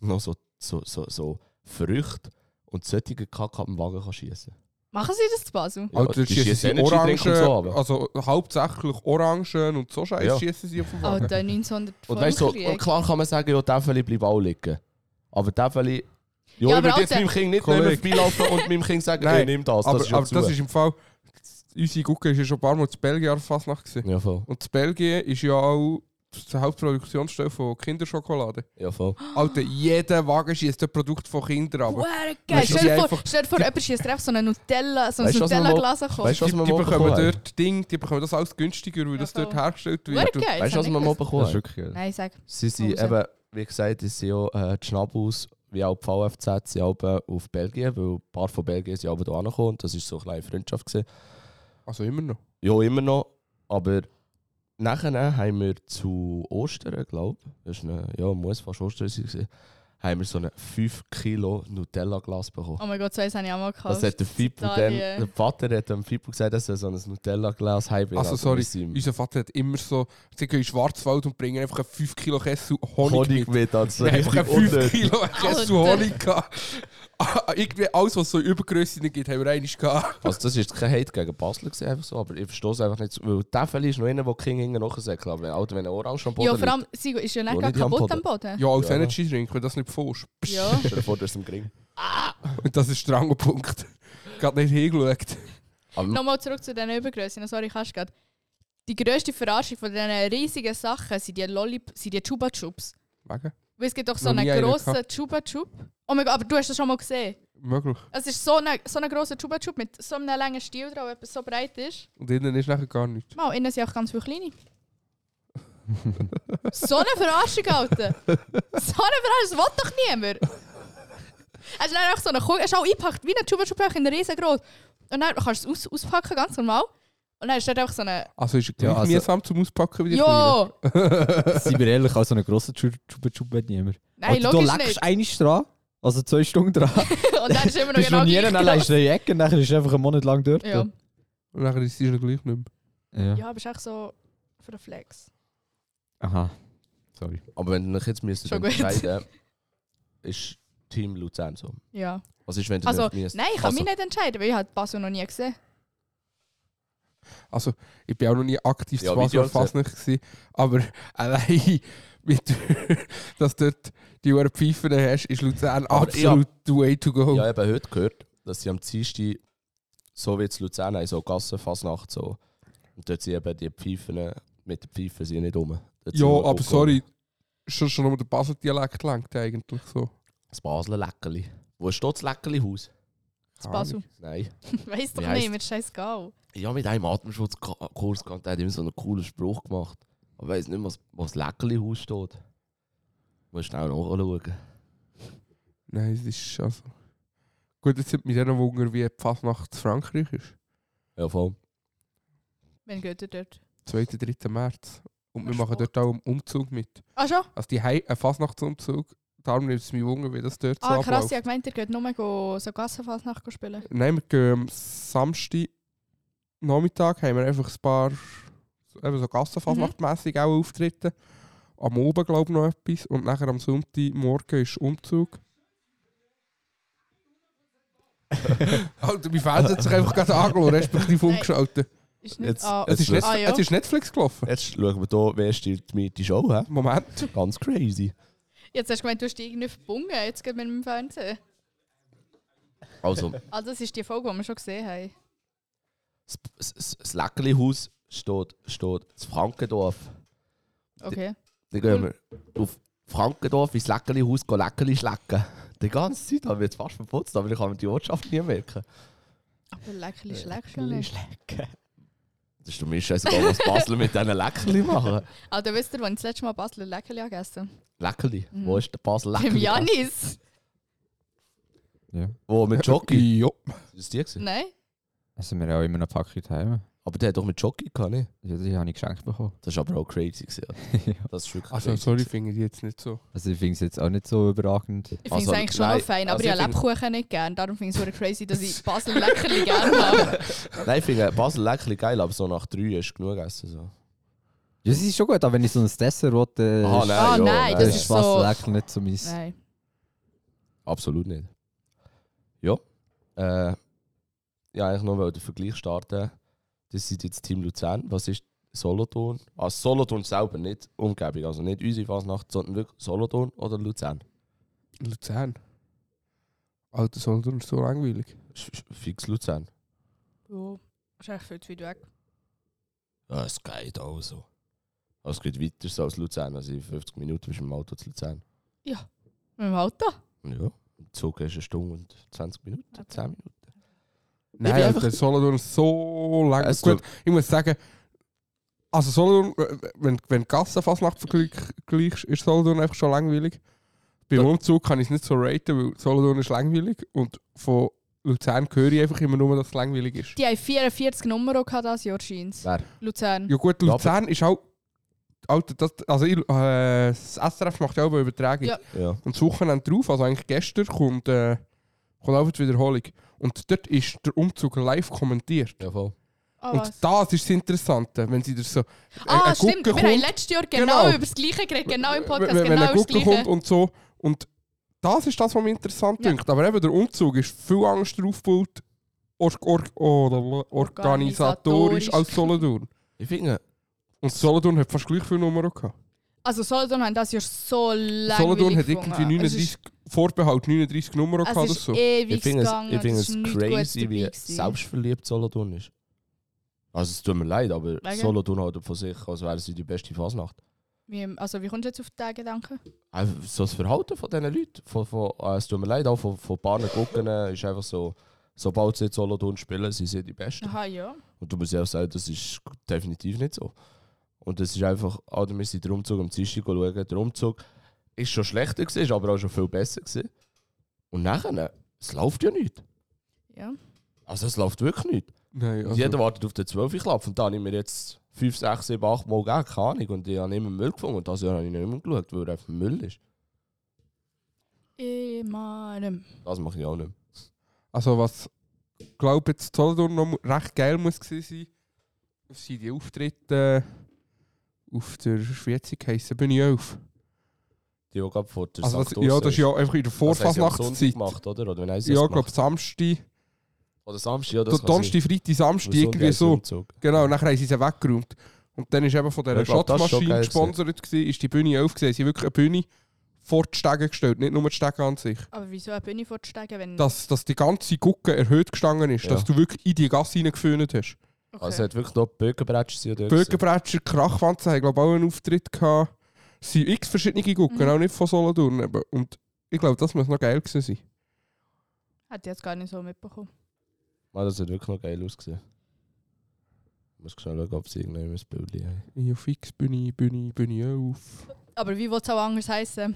Speaker 1: noch so, so, so, so Früchte und solche Kacke am Wagen kann schiessen
Speaker 4: Machen sie das zu Basel?
Speaker 1: Ja,
Speaker 3: Alter,
Speaker 1: die
Speaker 3: schiessen
Speaker 1: schiessen
Speaker 3: sie
Speaker 1: Energy
Speaker 3: Orangen,
Speaker 1: Drink und so, aber-
Speaker 3: also hauptsächlich Orangen und so Scheiß
Speaker 1: Ja.
Speaker 3: schiessen sie auf den Wagen.
Speaker 4: Alter, 1900
Speaker 1: Und weißt du, so, und klar kann man sagen, ja, der Fälle bleibt auch liegen. Aber der Fälle. Ja,
Speaker 4: Ja,
Speaker 1: ich
Speaker 4: aber
Speaker 1: würde jetzt
Speaker 4: Alter-
Speaker 1: meinem Kind nicht
Speaker 3: Kollege.
Speaker 1: mehr vorbeilaufen und meinem Kind sagen,
Speaker 3: Nein,
Speaker 1: ey, nimm Also, das.
Speaker 3: aber
Speaker 1: das ist ja
Speaker 3: aber
Speaker 1: zu.
Speaker 3: das ist im Fall. Unsere Gucke ist ja schon ein paar Mal zu Belgien an der Fasnacht. Gewesen.
Speaker 1: Ja, voll.
Speaker 3: Und zu Belgien ist ja auch die Hauptproduktionsstelle von Kinderschokolade.
Speaker 1: Ja, voll.
Speaker 3: Alter, jeder Wagen schießt ein Produkt von Kindern
Speaker 1: oh,
Speaker 3: ab.
Speaker 4: Huere geil.
Speaker 3: Weißt du,
Speaker 4: Stell dir
Speaker 3: sie
Speaker 4: vor,
Speaker 3: einfach-
Speaker 4: stell dir vor, jemand schießt einfach so eine Nutella, so ein
Speaker 1: Weißt du, was man mal-
Speaker 4: Nutella-Glas
Speaker 1: Weißt du,
Speaker 4: kochen.
Speaker 1: was
Speaker 3: Die, die
Speaker 1: man mal
Speaker 3: bekommen
Speaker 1: bekommen hat?
Speaker 3: dort Ding, die bekommen das alles günstiger, weil
Speaker 4: Ja,
Speaker 3: das
Speaker 4: voll.
Speaker 3: dort hergestellt
Speaker 4: Huere
Speaker 3: wird. Und
Speaker 1: Weißt
Speaker 4: geil.
Speaker 1: du,
Speaker 4: das
Speaker 1: was man
Speaker 4: hab ich
Speaker 1: mal
Speaker 4: gewusst.
Speaker 1: bekommen hat?
Speaker 2: wirklich geil.
Speaker 4: Nein, sag.
Speaker 1: Sie sind
Speaker 4: Hause.
Speaker 1: eben, wie gesagt, die sind auch äh, die Schnabels, wie auch die VFZ, sind auch äh, auf Belgien, weil ein paar von Belgien sind auch hier angekommen und das war so eine kleine Freundschaft. Gewesen.
Speaker 3: Also immer noch.
Speaker 1: Ja, immer noch, aber nachher haben wir zu Ostern, glaube ich, ja, muss fast Ostern sein, gewesen, haben wir so ein 5 Kilo Nutella-Glas bekommen.
Speaker 4: Oh mein Gott, so eins habe ich auch mal
Speaker 1: Das
Speaker 4: gekauft.
Speaker 1: hat der Fippo dann,
Speaker 4: Italien.
Speaker 1: der Vater hat dem Fippo gesagt, dass er so ein Nutella-Glas heimbekommt.
Speaker 3: Also, sorry, unser Vater hat immer so, sie gehen in den Schwarzwald und bringen einfach einen 5 Kilo Kessel Honig,
Speaker 1: Honig
Speaker 3: mit.
Speaker 1: mit, also
Speaker 3: Wir haben einfach
Speaker 1: richtig
Speaker 3: einen 5
Speaker 1: unnötig.
Speaker 3: Kilo Kessel
Speaker 4: Alter.
Speaker 3: Honig gehabt. Ah, Irgendwie alles, was so Übergröße gibt, haben wir eigentlich gehabt.
Speaker 1: Also das ist kein Hate gegen Basel, gewesen, einfach so, aber ich verstehe es einfach nicht. Weil der Fälle ist noch einer, der King hinten nachsäckeln aber wenn, Alter, wenn er Orange am Boden
Speaker 4: ja, vor allem, sie ist ja
Speaker 1: Wo
Speaker 4: nicht gar
Speaker 1: nicht am
Speaker 4: kaputt
Speaker 1: Boden.
Speaker 4: am Boden.
Speaker 3: Ja, als
Speaker 1: Ja.
Speaker 3: Energy Drink, wenn du das nicht befohlst.
Speaker 4: Ja.
Speaker 1: liegt, stell dir vor, du hast es im Gring.
Speaker 3: Und das ist der Rangelpunkt. Gerade nicht hingeschaut.
Speaker 1: Aber
Speaker 4: Nochmal zurück zu diesen Übergrössen. Sorry, kannst du grad. Die grösste Verarschung von diesen riesigen Sachen sind die Lollip sind die Chupa Chups.
Speaker 3: Wegen?
Speaker 4: Weil es gibt doch so
Speaker 3: Noch nie
Speaker 4: einen
Speaker 3: einen
Speaker 4: grossen Chupa Chup. Oh mein Gott, aber du hast das schon mal gesehen.
Speaker 3: Möglich.
Speaker 4: Es ist so ein so eine grosser Chupa Chup mit so einem langen Stiel drauf, der etwas so breit ist.
Speaker 3: Und innen ist nachher gar nichts.
Speaker 4: Mal, innen sind auch ganz viele kleine. so eine Verarschung, Alter. So eine Verarschung, das will doch niemand. Es ist dann auch so eine Kugel, es ist auch eingepackt, wie ein Chupa Chup, einfach in riesengroß. Und dann kannst du es aus, auspacken, ganz normal. Und dann ist dort einfach so eine...
Speaker 3: Also ist er
Speaker 2: Ja,
Speaker 3: gleich
Speaker 2: also-
Speaker 3: mühsam zum Auspacken wie die Kleinen.
Speaker 4: Jo!
Speaker 2: Seien wir ehrlich, also einen grossen Chupa-Chup hat niemand.
Speaker 4: Nein,
Speaker 2: also, du
Speaker 4: logisch
Speaker 2: leckst
Speaker 4: nicht.
Speaker 2: eine dran, also zwei Stunden dran.
Speaker 4: Und dann ist immer noch
Speaker 2: Du
Speaker 4: genau
Speaker 2: schlonierst, dann
Speaker 4: gleich
Speaker 2: lässt du die Ecke und nachher ist er einfach einen Monat lang dort.
Speaker 4: Ja.
Speaker 3: Und nachher ist es dann gleich nicht mehr.
Speaker 2: Ja.
Speaker 4: ja, aber ist echt so für einen Flex.
Speaker 2: Aha. Sorry.
Speaker 1: Aber wenn du dich jetzt müsstest
Speaker 4: Schon gut.
Speaker 1: entscheiden ist Team Luzern so.
Speaker 4: Ja.
Speaker 1: Was ist, wenn du
Speaker 4: Also,
Speaker 1: nicht müsstest?
Speaker 4: nein, ich kann mich nicht entscheiden, weil ich habe Basel noch nie gesehen.
Speaker 3: Also, ich bin auch noch nie aktiv
Speaker 1: Ja, halt
Speaker 3: zu
Speaker 1: Video
Speaker 3: Basel fast nicht gewesen, aber allein mit, dass dort die Uhr Pfeifen hast, ist Luzern
Speaker 1: Aber ich
Speaker 3: absolut the way to go.
Speaker 1: Ja, ich habe heute gehört, dass sie am Dienstag, so wie jetzt Luzern, haben, so Gassenfassnacht so. Und dort sind eben die Pfeifen, mit den Pfeifen sind nicht rum. Dort sind
Speaker 3: Ja,
Speaker 1: nur
Speaker 3: aber
Speaker 1: Gucken.
Speaker 3: sorry, schon, schon nur der Basel-Dialekt langt eigentlich so.
Speaker 1: Das Basler Leckerli. Wo ist dort das Leckerli-Haus?
Speaker 4: Das Basel.
Speaker 1: Nein.
Speaker 4: Weiß doch
Speaker 1: Wie
Speaker 4: nicht,
Speaker 1: heisst-
Speaker 4: mir ist scheißegal.
Speaker 1: Ja, mit einem Atemschutzkurs gehabt, der hat immer so einen coolen Spruch gemacht. Aber ich weiß nicht, was, was Leckerli-Haus steht. Muss schnell nachschauen.
Speaker 3: Nein, es ist also... Gut, jetzt sind wir denen Wunder, wie die Fasnacht in Frankreich ist.
Speaker 1: Ja, voll.
Speaker 4: Wann geht ihr dort?
Speaker 3: 2. 3. März. Und wir
Speaker 4: Ach,
Speaker 3: machen dort auch einen Umzug mit.
Speaker 4: Ah schon?
Speaker 3: Also die Hei einen Fasnachtsumzug, darum nimmt es mich Wunder, wie das dort
Speaker 4: Ah
Speaker 3: so
Speaker 4: krass,
Speaker 3: abläuft.
Speaker 4: ich habe gemeint, ihr geht nur go so Gassenfasnacht spielen.
Speaker 3: Nein, wir gehen am Samstag Nachmittag haben wir einfach ein paar so- eben so Gassenfassnachtmässig
Speaker 4: Mhm.
Speaker 3: auch Auftritte. Am Oben glaube ich noch etwas und nachher am Sonntagmorgen ist Umzug. Alter, mein Fans hat sich einfach gerade angeschaut, respektive
Speaker 4: Nein.
Speaker 3: umgeschaltet.
Speaker 4: Ist nicht...
Speaker 1: Jetzt-
Speaker 4: ah,
Speaker 3: Es ist,
Speaker 1: Ah,
Speaker 3: Net
Speaker 4: ja.
Speaker 3: es ist Netflix gelaufen.
Speaker 1: Jetzt schauen wir hier, wer stellt mit die Show, hä?
Speaker 3: Moment.
Speaker 1: Ganz crazy.
Speaker 4: Jetzt hast du gemeint, du hast dich irgendwie verbunden, jetzt geht man mit dem Fernsehen.
Speaker 1: Also,
Speaker 4: Also das ist die Folge, die wir schon gesehen haben.
Speaker 1: das, das, das Leckerli-Haus steht, steht in Frankendorf.
Speaker 4: Okay.
Speaker 1: Dann gehen wir auf Frankendorf ins Leckerli-Haus gehen Leckerli schlecken. Die ganze Zeit haben wir jetzt fast verputzt, aber ich kann mir die Ortschaft nie merken.
Speaker 4: Aber leckerli ne? schlecht schon
Speaker 1: Leckerli
Speaker 4: nicht.
Speaker 1: schlecken. Das ist doch mir scheißegal, was Basel mit diesen Leckerli machen.
Speaker 4: Alter, wisst ihr, wann ich das letzte Mal Basel Leckerli gegessen
Speaker 1: Leckerli?
Speaker 4: Mhm.
Speaker 1: Wo ist der Basel
Speaker 4: habe? Beim
Speaker 1: Leckerli?
Speaker 4: Janis.
Speaker 2: Ja.
Speaker 1: Wo, mit Jockey?
Speaker 3: Jo.
Speaker 1: Das war die. gewesen.
Speaker 4: Nein?
Speaker 2: Also wir haben auch immer noch Packung daheim.
Speaker 1: Aber der hat doch mit Jockey gehabt, ne?
Speaker 2: Ja, die habe ich geschenkt bekommen.
Speaker 1: Das war aber auch crazy. Gewesen, ja.
Speaker 2: Ja.
Speaker 1: Das ist wirklich
Speaker 3: Also
Speaker 1: crazy
Speaker 3: sorry,
Speaker 1: gewesen.
Speaker 3: finde ich jetzt nicht so.
Speaker 2: Also ich finde es jetzt auch nicht so überragend.
Speaker 4: Ich finde es
Speaker 1: Also,
Speaker 4: eigentlich schon
Speaker 1: nein,
Speaker 4: noch fein, aber
Speaker 1: also
Speaker 4: ich
Speaker 1: ich
Speaker 4: habe Lebkuchen nicht gern. Darum finde ich es so crazy, dass ich Basel Leckerli gerne habe.
Speaker 1: Nein, ich finde Basel Leckerli geil, aber so nach drei hast du genug gegessen. So.
Speaker 2: Ja, es ist schon gut, aber wenn ich so ein Dessert will, dann
Speaker 1: Aha,
Speaker 2: ist-
Speaker 1: nein,
Speaker 4: Ah,
Speaker 1: ja,
Speaker 4: nein,
Speaker 2: dann
Speaker 4: das
Speaker 2: ist
Speaker 4: ist
Speaker 2: Spaß
Speaker 4: so-
Speaker 2: lecker nicht so meins.
Speaker 4: Nein.
Speaker 1: Absolut nicht. Ja. Äh, ja, eigentlich nur weil den Vergleich starten. Das sind jetzt Team Luzern. Was ist Solothurn? Also Solothurn selber, nicht Umgebung. Also nicht unsere Fasnacht, sondern wirklich Solothurn oder Luzern.
Speaker 3: Luzern. Alter, Solothurn ist so langweilig.
Speaker 1: Sch- sch- Fix Luzern.
Speaker 4: Ja, Oh, ist echt viel zu weit weg.
Speaker 1: Ja, es geht auch so. Also es geht weiter so als Luzern. Also in 50 Minuten bist du im Auto zu Luzern.
Speaker 4: Mit dem Auto?
Speaker 1: Ja. Im Zug hast du eine Stunde und 20 Minuten, 10 Minuten.
Speaker 3: Nein,
Speaker 1: bin
Speaker 3: Alter,
Speaker 1: einfach-
Speaker 3: Solothurn ist so lang.
Speaker 1: Es
Speaker 3: Gut, ich muss sagen, also Solothurn, äh, wenn, wenn die Gassenfasnacht vergleichst, ist Solothurn einfach schon langweilig. Beim Umzug kann ich es nicht so raten, weil Solothurn ist langweilig und von Luzern höre ich einfach immer nur, dass es langweilig ist.
Speaker 4: Die haben 44 Nummern gehabt dieses Jahr, scheint
Speaker 1: Wer?
Speaker 4: Luzern.
Speaker 3: Ja gut,
Speaker 1: Ja,
Speaker 3: Luzern ist auch... Alter, das, also ich, äh, das SRF macht ja auch eine Übertragung.
Speaker 4: Ja.
Speaker 1: Ja.
Speaker 3: Und das Wochenende drauf, also eigentlich gestern, kommt, äh, kommt auch die Wiederholung. Und dort ist der Umzug live kommentiert.
Speaker 1: Ja, voll.
Speaker 4: Ah,
Speaker 3: Und
Speaker 4: was?
Speaker 3: das ist das Interessante, wenn sie dir so... äh,
Speaker 4: ah,
Speaker 3: eine
Speaker 4: stimmt.
Speaker 3: Gurke
Speaker 4: Wir haben
Speaker 3: kommt-
Speaker 4: letztes Jahr genau,
Speaker 3: Genau.
Speaker 4: über das Gleiche geredet. Genau im
Speaker 3: Wenn-
Speaker 4: Podcast,
Speaker 3: wenn, wenn
Speaker 4: genau
Speaker 3: ein
Speaker 4: über das
Speaker 3: Google kommt
Speaker 4: Gleiche.
Speaker 3: und so. Und das ist das, was mich interessant
Speaker 4: Ja.
Speaker 3: dünkt. Aber eben der Umzug ist viel anders draufgebaut, or, or, or, organisatorisch
Speaker 4: Organisatorisch.
Speaker 3: als Solothurn.
Speaker 1: Ich finde,
Speaker 3: Und Solothurn hat fast gleich viele Nummern gehabt.
Speaker 4: Also Solothurn haben das Jahr so lange
Speaker 3: Solothurn hat irgendwie 39, Vorbehalt 39 Nummern
Speaker 4: Es
Speaker 3: gehabt
Speaker 4: ist,
Speaker 3: oder
Speaker 4: es ist
Speaker 3: so.
Speaker 4: eh ewig
Speaker 1: ich finde es,
Speaker 4: gegangen.
Speaker 1: ich finde
Speaker 4: ist
Speaker 1: es
Speaker 4: nichts Gutes
Speaker 1: crazy,
Speaker 4: dabei
Speaker 1: wie
Speaker 4: gewesen.
Speaker 1: selbstverliebt Solothurn ist. Also es tut mir leid, aber
Speaker 4: Wegen?
Speaker 1: Solothurn hat von sich, als wäre sie die beste Fasnacht.
Speaker 4: Wie, also wie kommst du jetzt auf diesen Gedanken?
Speaker 1: Einfach So das Verhalten von diesen Leuten, von, von, äh, es tut mir leid, auch von, von Bahnen gucken, äh, ist einfach so, sobald sie Solothurn spielen, sind sie die Besten.
Speaker 4: Aha, ja.
Speaker 1: Und du musst ja auch sagen, das ist definitiv nicht so. Und das ist einfach, Alter, wir sind den Umzug am Dienstag schauen. Der Umzug ist schon schlechter, gewesen, ist aber auch schon viel besser. Gewesen. Und nachher, es läuft ja nicht.
Speaker 4: ja.
Speaker 1: Also es läuft wirklich nicht.
Speaker 3: Nein,
Speaker 1: Und
Speaker 3: also,
Speaker 1: jeder wartet auf den 12 Klapp und da habe ich mir jetzt 5, 6, 7, 8 Mal gegeben, keine Ahnung. Und ich habe immer Müll gefunden und das Jahr habe ich nicht mehr geschaut, weil er einfach Müll ist.
Speaker 4: In meinem.
Speaker 1: Das mache ich auch nicht mehr.
Speaker 3: also was ich glaube jetzt Solothurn noch mu- recht geil muss gewesen sein, das sind die Auftritte auf der schweizig heissen Bühne 11.
Speaker 1: Die, die gerade vor der
Speaker 3: Also das,
Speaker 1: Sack
Speaker 3: ja,
Speaker 1: draussen
Speaker 3: das ist ja einfach in der
Speaker 1: Das haben sie am Sonntag
Speaker 3: Vorfasnachtszeit.
Speaker 1: gemacht, oder? Oder wenn haben sie
Speaker 3: Ja,
Speaker 1: das
Speaker 3: ich glaube
Speaker 1: gemacht?
Speaker 3: Samstag.
Speaker 1: Oder Samstag, ja, das
Speaker 3: Das
Speaker 1: kann sein.
Speaker 3: Donnerstag, Freitag,
Speaker 1: Weil
Speaker 3: Samstag, irgendwie
Speaker 1: Sonntag ist der
Speaker 3: so.
Speaker 1: Umzug.
Speaker 3: Genau, und nachher haben sie sie weggeräumt. Und dann ist eben von
Speaker 1: Ja,
Speaker 3: dieser
Speaker 1: ich glaub, das ist schon
Speaker 3: Schatzmaschine
Speaker 1: geil
Speaker 3: gesponsert, gewesen, ist die Bühne aufgesehen. Sie haben wirklich eine Bühne vor die Stege gestellt, nicht nur die Stege an sich.
Speaker 4: Aber wieso eine Bühne vorzusteigen, wenn...
Speaker 3: Dass, dass die ganze Gucke erhöht gestanden ist,
Speaker 1: Ja.
Speaker 3: dass du wirklich in die Gasse reingeföhnt hast.
Speaker 4: okay.
Speaker 1: Also es hat wirklich noch Bögenbretschen dort gewesen.
Speaker 3: Bürgerbrätscher, Krachwanzen haben, glaube ich, auch einen Auftritt gehabt. Es sind x verschiedene Gucken,
Speaker 4: Mhm.
Speaker 3: auch nicht von Solothurn. eben. Und ich glaube, das muss noch geil gewesen sein.
Speaker 4: Hätte ich jetzt gar nicht so mitbekommen.
Speaker 1: Mann, Ah, das hat wirklich noch geil ausgesehen. Ich muss schnell schauen, ob sie irgendwann ein Bild haben.
Speaker 3: Ja, fix, Bühne, Bühne, Bühne auf.
Speaker 4: Aber wie will es auch anders heißen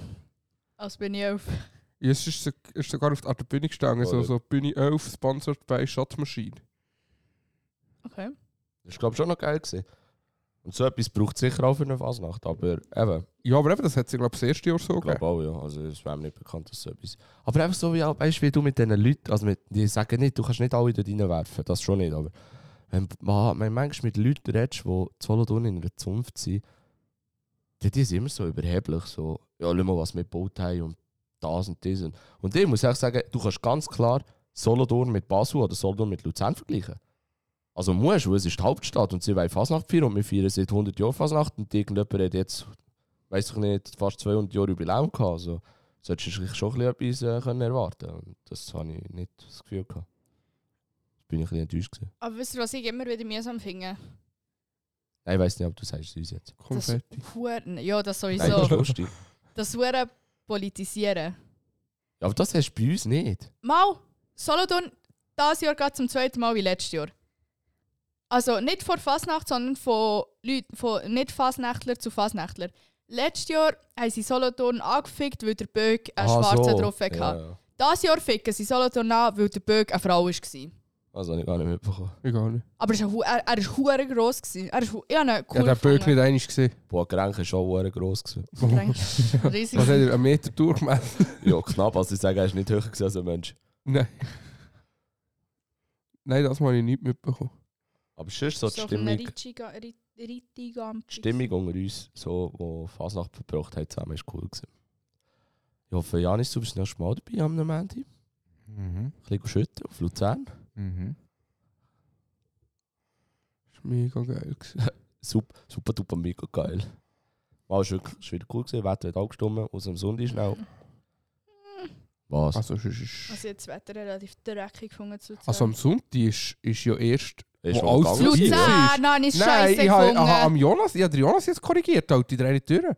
Speaker 4: als Bühne auf?
Speaker 3: Ja, es ist, so- ist sogar auf der an der Bühne gestanden, so,
Speaker 1: Oder-
Speaker 3: so Bühne 11, sponsored by Schatzmaschine.
Speaker 4: Okay.
Speaker 1: Das war, glaube ich, schon noch geil. Gewesen. Und so etwas braucht es sicher auch für eine Fasnacht. Aber eben,
Speaker 3: Ja, aber eben, das hat sie, glaube ich, das erste Jahr so
Speaker 1: ich glaube
Speaker 3: gegeben.
Speaker 1: auch, ja. Also, es wäre mir nicht bekannt, dass so etwas. Aber einfach so, wie, auch- weißt, du, wie du mit diesen Leuten, also mit, die sagen nicht, du kannst nicht alle dort reinwerfen, das schon nicht. Aber wenn man, wenn man manchmal mit Leuten redest, die Zolodon in einer Zunft sind, dann die sind immer so überheblich. So, ja, schau mal, was wir gebaut haben und das und das. Und, und ich muss auch sagen, du kannst ganz klar Solothurn mit Basel oder Solothurn mit Luzern vergleichen. Also musst du, es ist die Hauptstadt und sie wollen Fasnacht feiern und wir feiern seit 100 Jahren Fasnacht und irgendjemand hat jetzt, weiß ich nicht, fast 200 Jahre Jubiläum gehabt. Also solltest du schon ein bisschen etwas äh, können erwarten und das habe ich nicht das Gefühl gehabt. Da bin ich ein bisschen enttäuscht gewesen.
Speaker 4: Aber wisst ihr, was ich immer wieder mühsam finde?
Speaker 1: Nein, ich weiß nicht, ob du sagst es uns jetzt.
Speaker 3: Konfetti.
Speaker 4: Huren- Ja, das
Speaker 1: Nein, das ist
Speaker 4: sowieso.
Speaker 1: lustig.
Speaker 4: Das Huren politisieren.
Speaker 1: Ja, aber das hast du bei uns nicht.
Speaker 4: Mal, Solothurn, dieses Jahr geht zum zweiten Mal wie letztes Jahr. Also nicht vor Fasnacht, sondern von, Leut, von nicht Fasnächtler zu Fasnächtler. Letztes Jahr haben sie Solothurn angefickt, weil der Böck einen
Speaker 1: Aha,
Speaker 4: Schwarzen
Speaker 1: Ah, so.
Speaker 4: drauf hatte.
Speaker 1: Ja, ja.
Speaker 4: Dieses Jahr ficken sie Solothurn an, weil der Böck eine Frau war.
Speaker 1: Also habe ich gar nicht mitbekommen.
Speaker 3: Egal nicht.
Speaker 4: Aber es ist ein Hu- er, er ist hure gross. Gewesen. Er ist, hu- ich habe ihn cool
Speaker 3: ja, der Böck
Speaker 4: gefunden.
Speaker 3: nicht einmal gesehen.
Speaker 1: Boah, Grenke war schon verdammt gross. Gewesen.
Speaker 4: Denke, riesig.
Speaker 3: Was hat er? Einen Meter Durchmesser?
Speaker 1: Ja, knapp. Also ich sage, er ist nicht höher gewesen als ein Mensch.
Speaker 3: Nein. Nein, das habe ich nicht mitbekommen.
Speaker 1: Aber sonst so die
Speaker 4: so auf einem
Speaker 1: Stimmung,
Speaker 4: Ritiga- Rit- Ritigampis.
Speaker 1: die Stimmung unter uns, so, wo Fasnacht verbracht hat, zusammen, ist cool gewesen. Ich hoffe, Janis, du bist nächstes Mal dabei am Montag. Ein
Speaker 2: Mhm.
Speaker 1: bisschen schütten auf Luzern.
Speaker 2: Mhm.
Speaker 3: Das war mega geil. gewesen.
Speaker 1: Super, super duper, mega geil. War ist wirklich ist wieder cool gewesen. Wetter hat angestimmt, aus dem Sonntag schnell. Was?
Speaker 3: Also, es ist,
Speaker 4: Also ich habe das Wetter relativ dreckig gefunden zu
Speaker 3: also am Sonntag ist, ist ja erst...
Speaker 1: Ist
Speaker 3: wo
Speaker 1: schon gegangen.
Speaker 3: alles zu
Speaker 1: Luzern!
Speaker 4: Luzern, habe ich
Speaker 3: Nein,
Speaker 4: Ah, scheiße
Speaker 3: ich habe
Speaker 4: gefunden.
Speaker 3: aha, am Jonas, ich habe den Jonas jetzt korrigiert, halt, die drei Türen.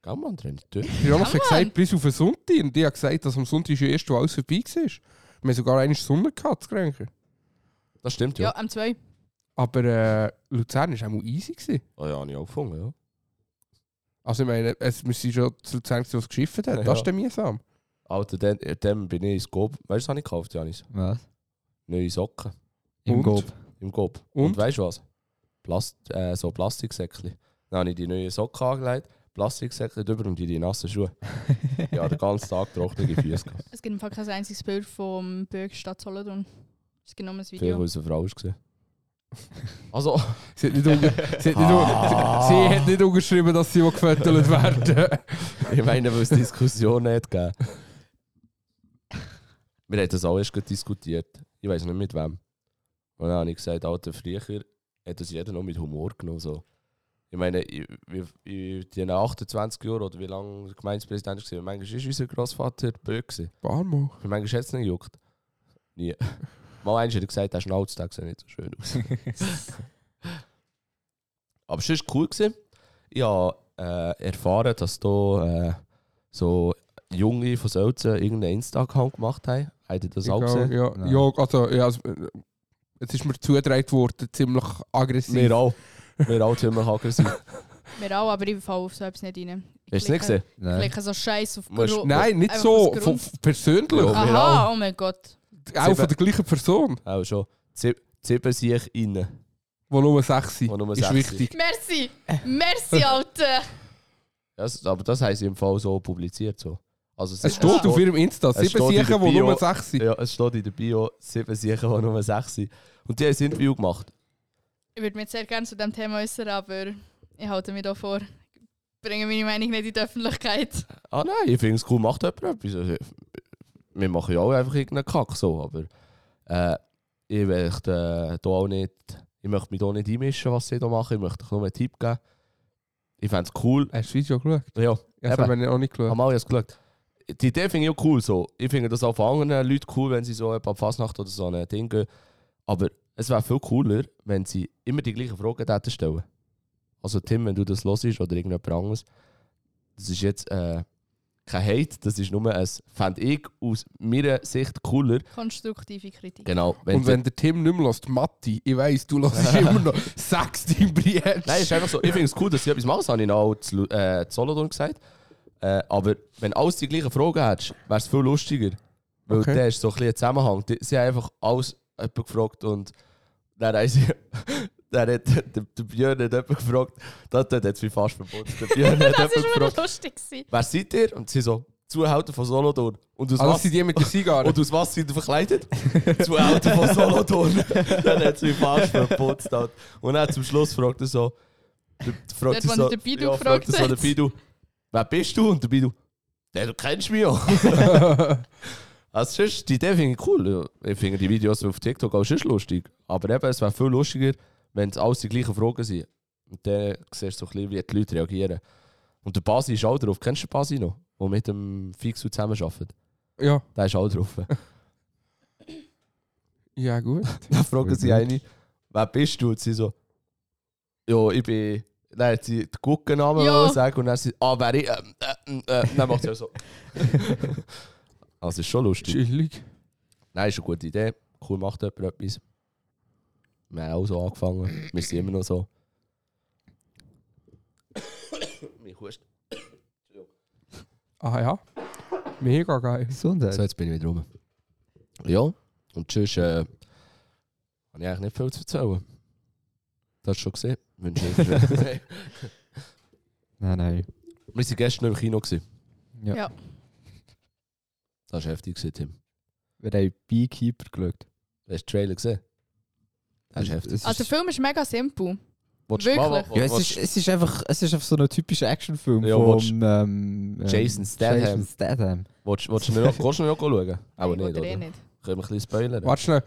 Speaker 1: Gell, man, drin. Tür.
Speaker 3: Der Jonas
Speaker 4: Ja,
Speaker 3: hat
Speaker 4: Mann.
Speaker 3: gesagt, bis auf den Sonntag. Und ich habe gesagt, dass am Sonntag ist ja erst, wo alles vorbei war. Wir haben sogar eine Sonne gehabt, das Kränker.
Speaker 1: Das stimmt, ja.
Speaker 4: ja, am 2.
Speaker 3: Aber äh, Luzern war auch easy. Gewesen.
Speaker 1: Ah ja, habe ich auch gefunden, ja.
Speaker 3: Also ich meine, es müsste schon zu Luzern gewesen, was geschifft hat.
Speaker 1: Ja.
Speaker 3: Das ist dann mühsam.
Speaker 1: Also, äh, Alter, dem, dem bin ich ins Gob. Weißt du, was habe ich gekauft, Janis?
Speaker 2: Was?
Speaker 1: neue Socken
Speaker 2: Im
Speaker 3: Und?
Speaker 2: Gob.
Speaker 1: im Kopf.
Speaker 3: Und?
Speaker 1: Und, weißt du was? Plast äh, so Plastiksäckchen. Dann habe ich die neuen Socken angelegt, Plastiksäckchen drüber und die, die nassen Schuhe. ja, den ganzen Tag trockene Füße gehabt.
Speaker 4: Es gibt im Fall kein einziges Bild vom Bürgerstadt Solothurn. Es gibt nur ein
Speaker 1: Viel,
Speaker 4: Video.
Speaker 1: weil es eine Frau war. Also, Ah.
Speaker 3: Sie hat nicht, unge sie hat nicht, unge sie, sie hat nicht ungeschrieben, dass sie gefettelt werden.
Speaker 1: ich meine, weil es Diskussionen hat gegeben. Wir haben das auch erst gerade diskutiert. Ich weiß nicht mit wem. Und dann habe ich gesagt, alter, früher hat das jeder noch mit Humor genommen. So. Ich meine, ich, ich, ich, die 28 Jahre oder wie lange der Gemeindepräsident war, manchmal ist unser Grossvater böse. gewesen.
Speaker 3: Barmo.
Speaker 1: Für manchmal hat es nicht gejuckt. Nie. Mal eins hat er gesagt, der Schnauztag sieht nicht so schön aus. Aber es war cool. Gewesen. Ich habe äh, erfahren, dass da äh, so Junge von Sölzen irgendeinen Insta-Account gemacht haben. Habt ihr das auch
Speaker 3: Egal,
Speaker 1: gesehen?
Speaker 3: ja,
Speaker 2: Nein.
Speaker 3: ja, also, ja, also, äh, jetzt ist mir zugetragen worden, ziemlich aggressiv.
Speaker 1: Wir auch. Wir auch ziemlich aggressiv.
Speaker 4: Wir auch, aber ich falle auf so etwas nicht rein. Ich
Speaker 1: Hast du es nicht
Speaker 4: klicke-
Speaker 1: gesehen?
Speaker 4: Ich
Speaker 2: Nein.
Speaker 4: klicke so scheiß auf
Speaker 1: Musst-
Speaker 4: Gro-
Speaker 3: Nein, nicht
Speaker 4: Einfach
Speaker 3: so.
Speaker 4: aus Grund.
Speaker 3: Von, von- persönlich.
Speaker 1: Ja.
Speaker 4: Aha, oh mein Gott.
Speaker 3: Auch von der gleichen Person,
Speaker 1: Auch schon. Zib- Zibben sich rein.
Speaker 3: die nur sechs sind.
Speaker 1: Die nur
Speaker 3: ist
Speaker 1: sechs
Speaker 3: wichtig.
Speaker 4: Merci! Merci, Alter!
Speaker 1: Das, aber das haben sie im Fall so publiziert. So. Also,
Speaker 3: Es steht auf ihrem Insta.
Speaker 1: steht
Speaker 3: Sieben
Speaker 1: in der
Speaker 3: Sicher, die
Speaker 1: Bio.
Speaker 3: nur sechs sind.
Speaker 1: Ja, es steht in der Bio, sieben sicher, die nur sechs sind. Und die haben ein Interview gemacht.
Speaker 4: Ich würde mich sehr gerne zu diesem Thema äußern, aber ich halte mich da vor. Ich bringe meine Meinung nicht in die Öffentlichkeit.
Speaker 1: Ah nein, ich finde es cool, macht jemand etwas. Also, wir machen ja auch einfach irgendeinen Kack so, aber äh, ich möchte äh, da auch nicht, ich möchte mich da nicht einmischen, was sie da machen, ich möchte euch nur einen Tipp geben. Ich fände es cool.
Speaker 3: Hast du das Video geschaut?
Speaker 1: Ja,
Speaker 3: Ja, Das
Speaker 1: Eben.
Speaker 3: habe ich auch nicht geschaut.
Speaker 1: am Mal jetzt geschaut. Die Idee finde ich auch cool so. Ich finde das auch von anderen Leuten cool, wenn sie so etwa an Fasnacht oder so ein Ding gehen. Aber es wäre viel cooler, wenn sie immer die gleichen Fragen hätten stellen. Also Tim, wenn du das hörst oder irgendjemand anderes, das ist jetzt äh, kein Hate, das ist nur ein, fände ich aus meiner Sicht cooler.
Speaker 4: Konstruktive Kritik.
Speaker 1: Genau, wenn
Speaker 3: Und
Speaker 1: sie-
Speaker 3: wenn der Tim nicht mehr lässt, Matti, ich weiss, du lässt immer noch sechs Team Brietsch.
Speaker 1: Nein, ist einfach so. Ich finde es cool, dass sie etwas machen. Das habe ich noch auch zu, Lu- äh, zu Solothurn gesagt. Äh, aber wenn du alles die gleichen Fragen hättest, wäre es viel lustiger. Weil
Speaker 3: Okay.
Speaker 1: der ist so ein bisschen ein Zusammenhang. Die, sie haben einfach alles jemanden gefragt und dann haben sie. Dann hat der, der Björn hat jemanden gefragt. Das hat jetzt wie fast verbunden. Der Björn hat
Speaker 4: Das
Speaker 1: jemanden
Speaker 4: war mir
Speaker 1: gefragt.
Speaker 4: lustig. gewesen.
Speaker 1: Wer seid ihr? Und sie so, Zuhälter von Solothurn. Und aus
Speaker 3: Also, das
Speaker 1: was?
Speaker 3: sind die mit der Zigarre.
Speaker 1: Und aus was sind ihr verkleidet? Zu Auto von Solothurn. dann hat sie mich falsch verputzt. Halt. Und dann zum Schluss fragt er so: der-
Speaker 4: Der,
Speaker 1: fragt sie
Speaker 4: wo
Speaker 1: so
Speaker 4: der Bidu
Speaker 1: ja,
Speaker 4: gefragt
Speaker 1: fragt er so,
Speaker 4: hat.
Speaker 1: der Bidu, wer bist du? Und der Bidu, der, du kennst mich ja. also, sonst, die Idee finde ich cool. ja. Ich finde die Videos auf TikTok auch sonst lustig. Aber eben, es wäre viel lustiger, wenn es alles die gleichen Fragen sind. Und dann siehst du so ein bisschen, wie die Leute reagieren. Und der Basi ist auch drauf. Kennst du den Basi noch? Der mit dem Fixu zusammen arbeitet.
Speaker 3: Ja,
Speaker 1: Der ist auch drauf.
Speaker 3: ja gut.
Speaker 1: Dann fragen sie eine, wer bist du? Und sie so, ja, ich bin. Dann hat sie den Guckennamen
Speaker 4: Ja.
Speaker 1: sagen und dann sie, ah, wer ich. Ähm, ähm, ähm, dann macht sie auch so. also ist schon lustig.
Speaker 3: Chillig.
Speaker 1: Nein, ist eine gute Idee. Cool macht jemand etwas. Wir haben auch so angefangen. Wir sind immer noch so. Mir hust.
Speaker 3: Ah ja. Mega geil.
Speaker 2: Gesundheit.
Speaker 1: So, jetzt bin ich wieder rum. Ja, und tschüss. Äh, habe ich eigentlich nicht viel zu erzählen. Das hast du schon gesehen. Wünsche ich.
Speaker 2: Nein, nein.
Speaker 1: Wir waren gestern im Kino. Gewesen.
Speaker 2: Ja.
Speaker 4: Ja.
Speaker 1: Das war heftig, gewesen, Tim.
Speaker 2: Wir haben Beekeeper geschaut.
Speaker 1: Hast du den Trailer gesehen? Das ist heftig.
Speaker 2: Es
Speaker 4: Also, der Film ist mega simpel.
Speaker 1: Willst du-
Speaker 4: wirklich?
Speaker 1: Wo- wo-
Speaker 2: Ja, es
Speaker 1: wo-
Speaker 2: ist, es ist einfach, es ist einfach so ein typischer Actionfilm
Speaker 1: Ja,
Speaker 2: vom
Speaker 1: willst-
Speaker 2: ähm, ähm,
Speaker 1: Jason Statham.
Speaker 2: Jason Statham.
Speaker 1: Willst willst du nicht- willst du nicht schauen? Aber
Speaker 4: Nein,
Speaker 1: nicht,
Speaker 4: oder
Speaker 1: oder?
Speaker 4: eh
Speaker 1: Können
Speaker 4: nicht.
Speaker 1: wir ein bisschen spoilern?
Speaker 3: Warte schnell.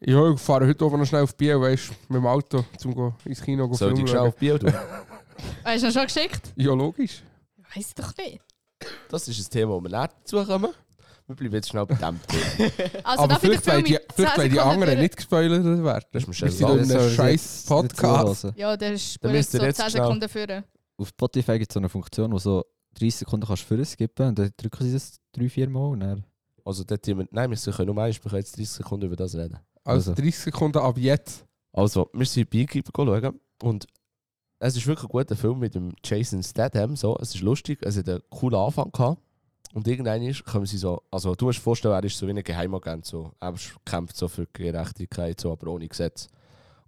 Speaker 3: Ja, ich fahre heute oben noch schnell auf Bier, weißt du, mit dem Auto, zum go ins Kino go
Speaker 1: Soll ich
Speaker 3: Film
Speaker 1: dich schnell
Speaker 3: schauen.
Speaker 1: auf Bio tun?
Speaker 4: Hast du ihn schon geschickt?
Speaker 3: Ja, logisch.
Speaker 4: Weiß doch nicht.
Speaker 1: Das ist ein Thema, wo wir nicht dazukommen. Wir bleiben jetzt schnell bei dem Thema.
Speaker 4: Also,
Speaker 3: Aber
Speaker 4: darf ich den
Speaker 3: vielleicht
Speaker 4: Film
Speaker 3: wollen die,
Speaker 4: in 10
Speaker 3: vielleicht wollen die
Speaker 4: Sekunden
Speaker 3: anderen
Speaker 4: durch-
Speaker 3: nicht gespoilert werden.
Speaker 1: Das ist mir
Speaker 3: Wir sind
Speaker 1: scheißegal.
Speaker 3: in
Speaker 1: Das
Speaker 3: einem
Speaker 2: soll
Speaker 3: scheiß
Speaker 2: jetzt nicht
Speaker 3: Podcast.
Speaker 2: zuhören.
Speaker 4: Ja, der
Speaker 1: Dann
Speaker 4: spielt
Speaker 1: müsst ihr
Speaker 4: so
Speaker 1: jetzt
Speaker 4: 10
Speaker 1: schnell-
Speaker 4: Sekunden Also, führen.
Speaker 2: Auf Spotify gibt es so eine Funktion, wo so 30 Sekunden kannst du vorher skippen und dann drücken sie das 3-4 Mal und dann
Speaker 1: Also, dort haben wir, nein, wir können nur eins, wir können jetzt 30 Sekunden über das reden.
Speaker 3: Also
Speaker 2: Also.
Speaker 3: 30 Sekunden ab jetzt.
Speaker 1: Also, wir sind Beekeeper schauen und es ist wirklich ein guter Film mit dem Jason Statham. So. Es ist lustig, es hat einen coolen Anfang gehabt. Und irgendwann ist, kommen sie so, also du musst dir vorstellen, er ist so wie ein Geheimagent, so. er kämpft so für Gerechtigkeit, so, aber ohne Gesetz.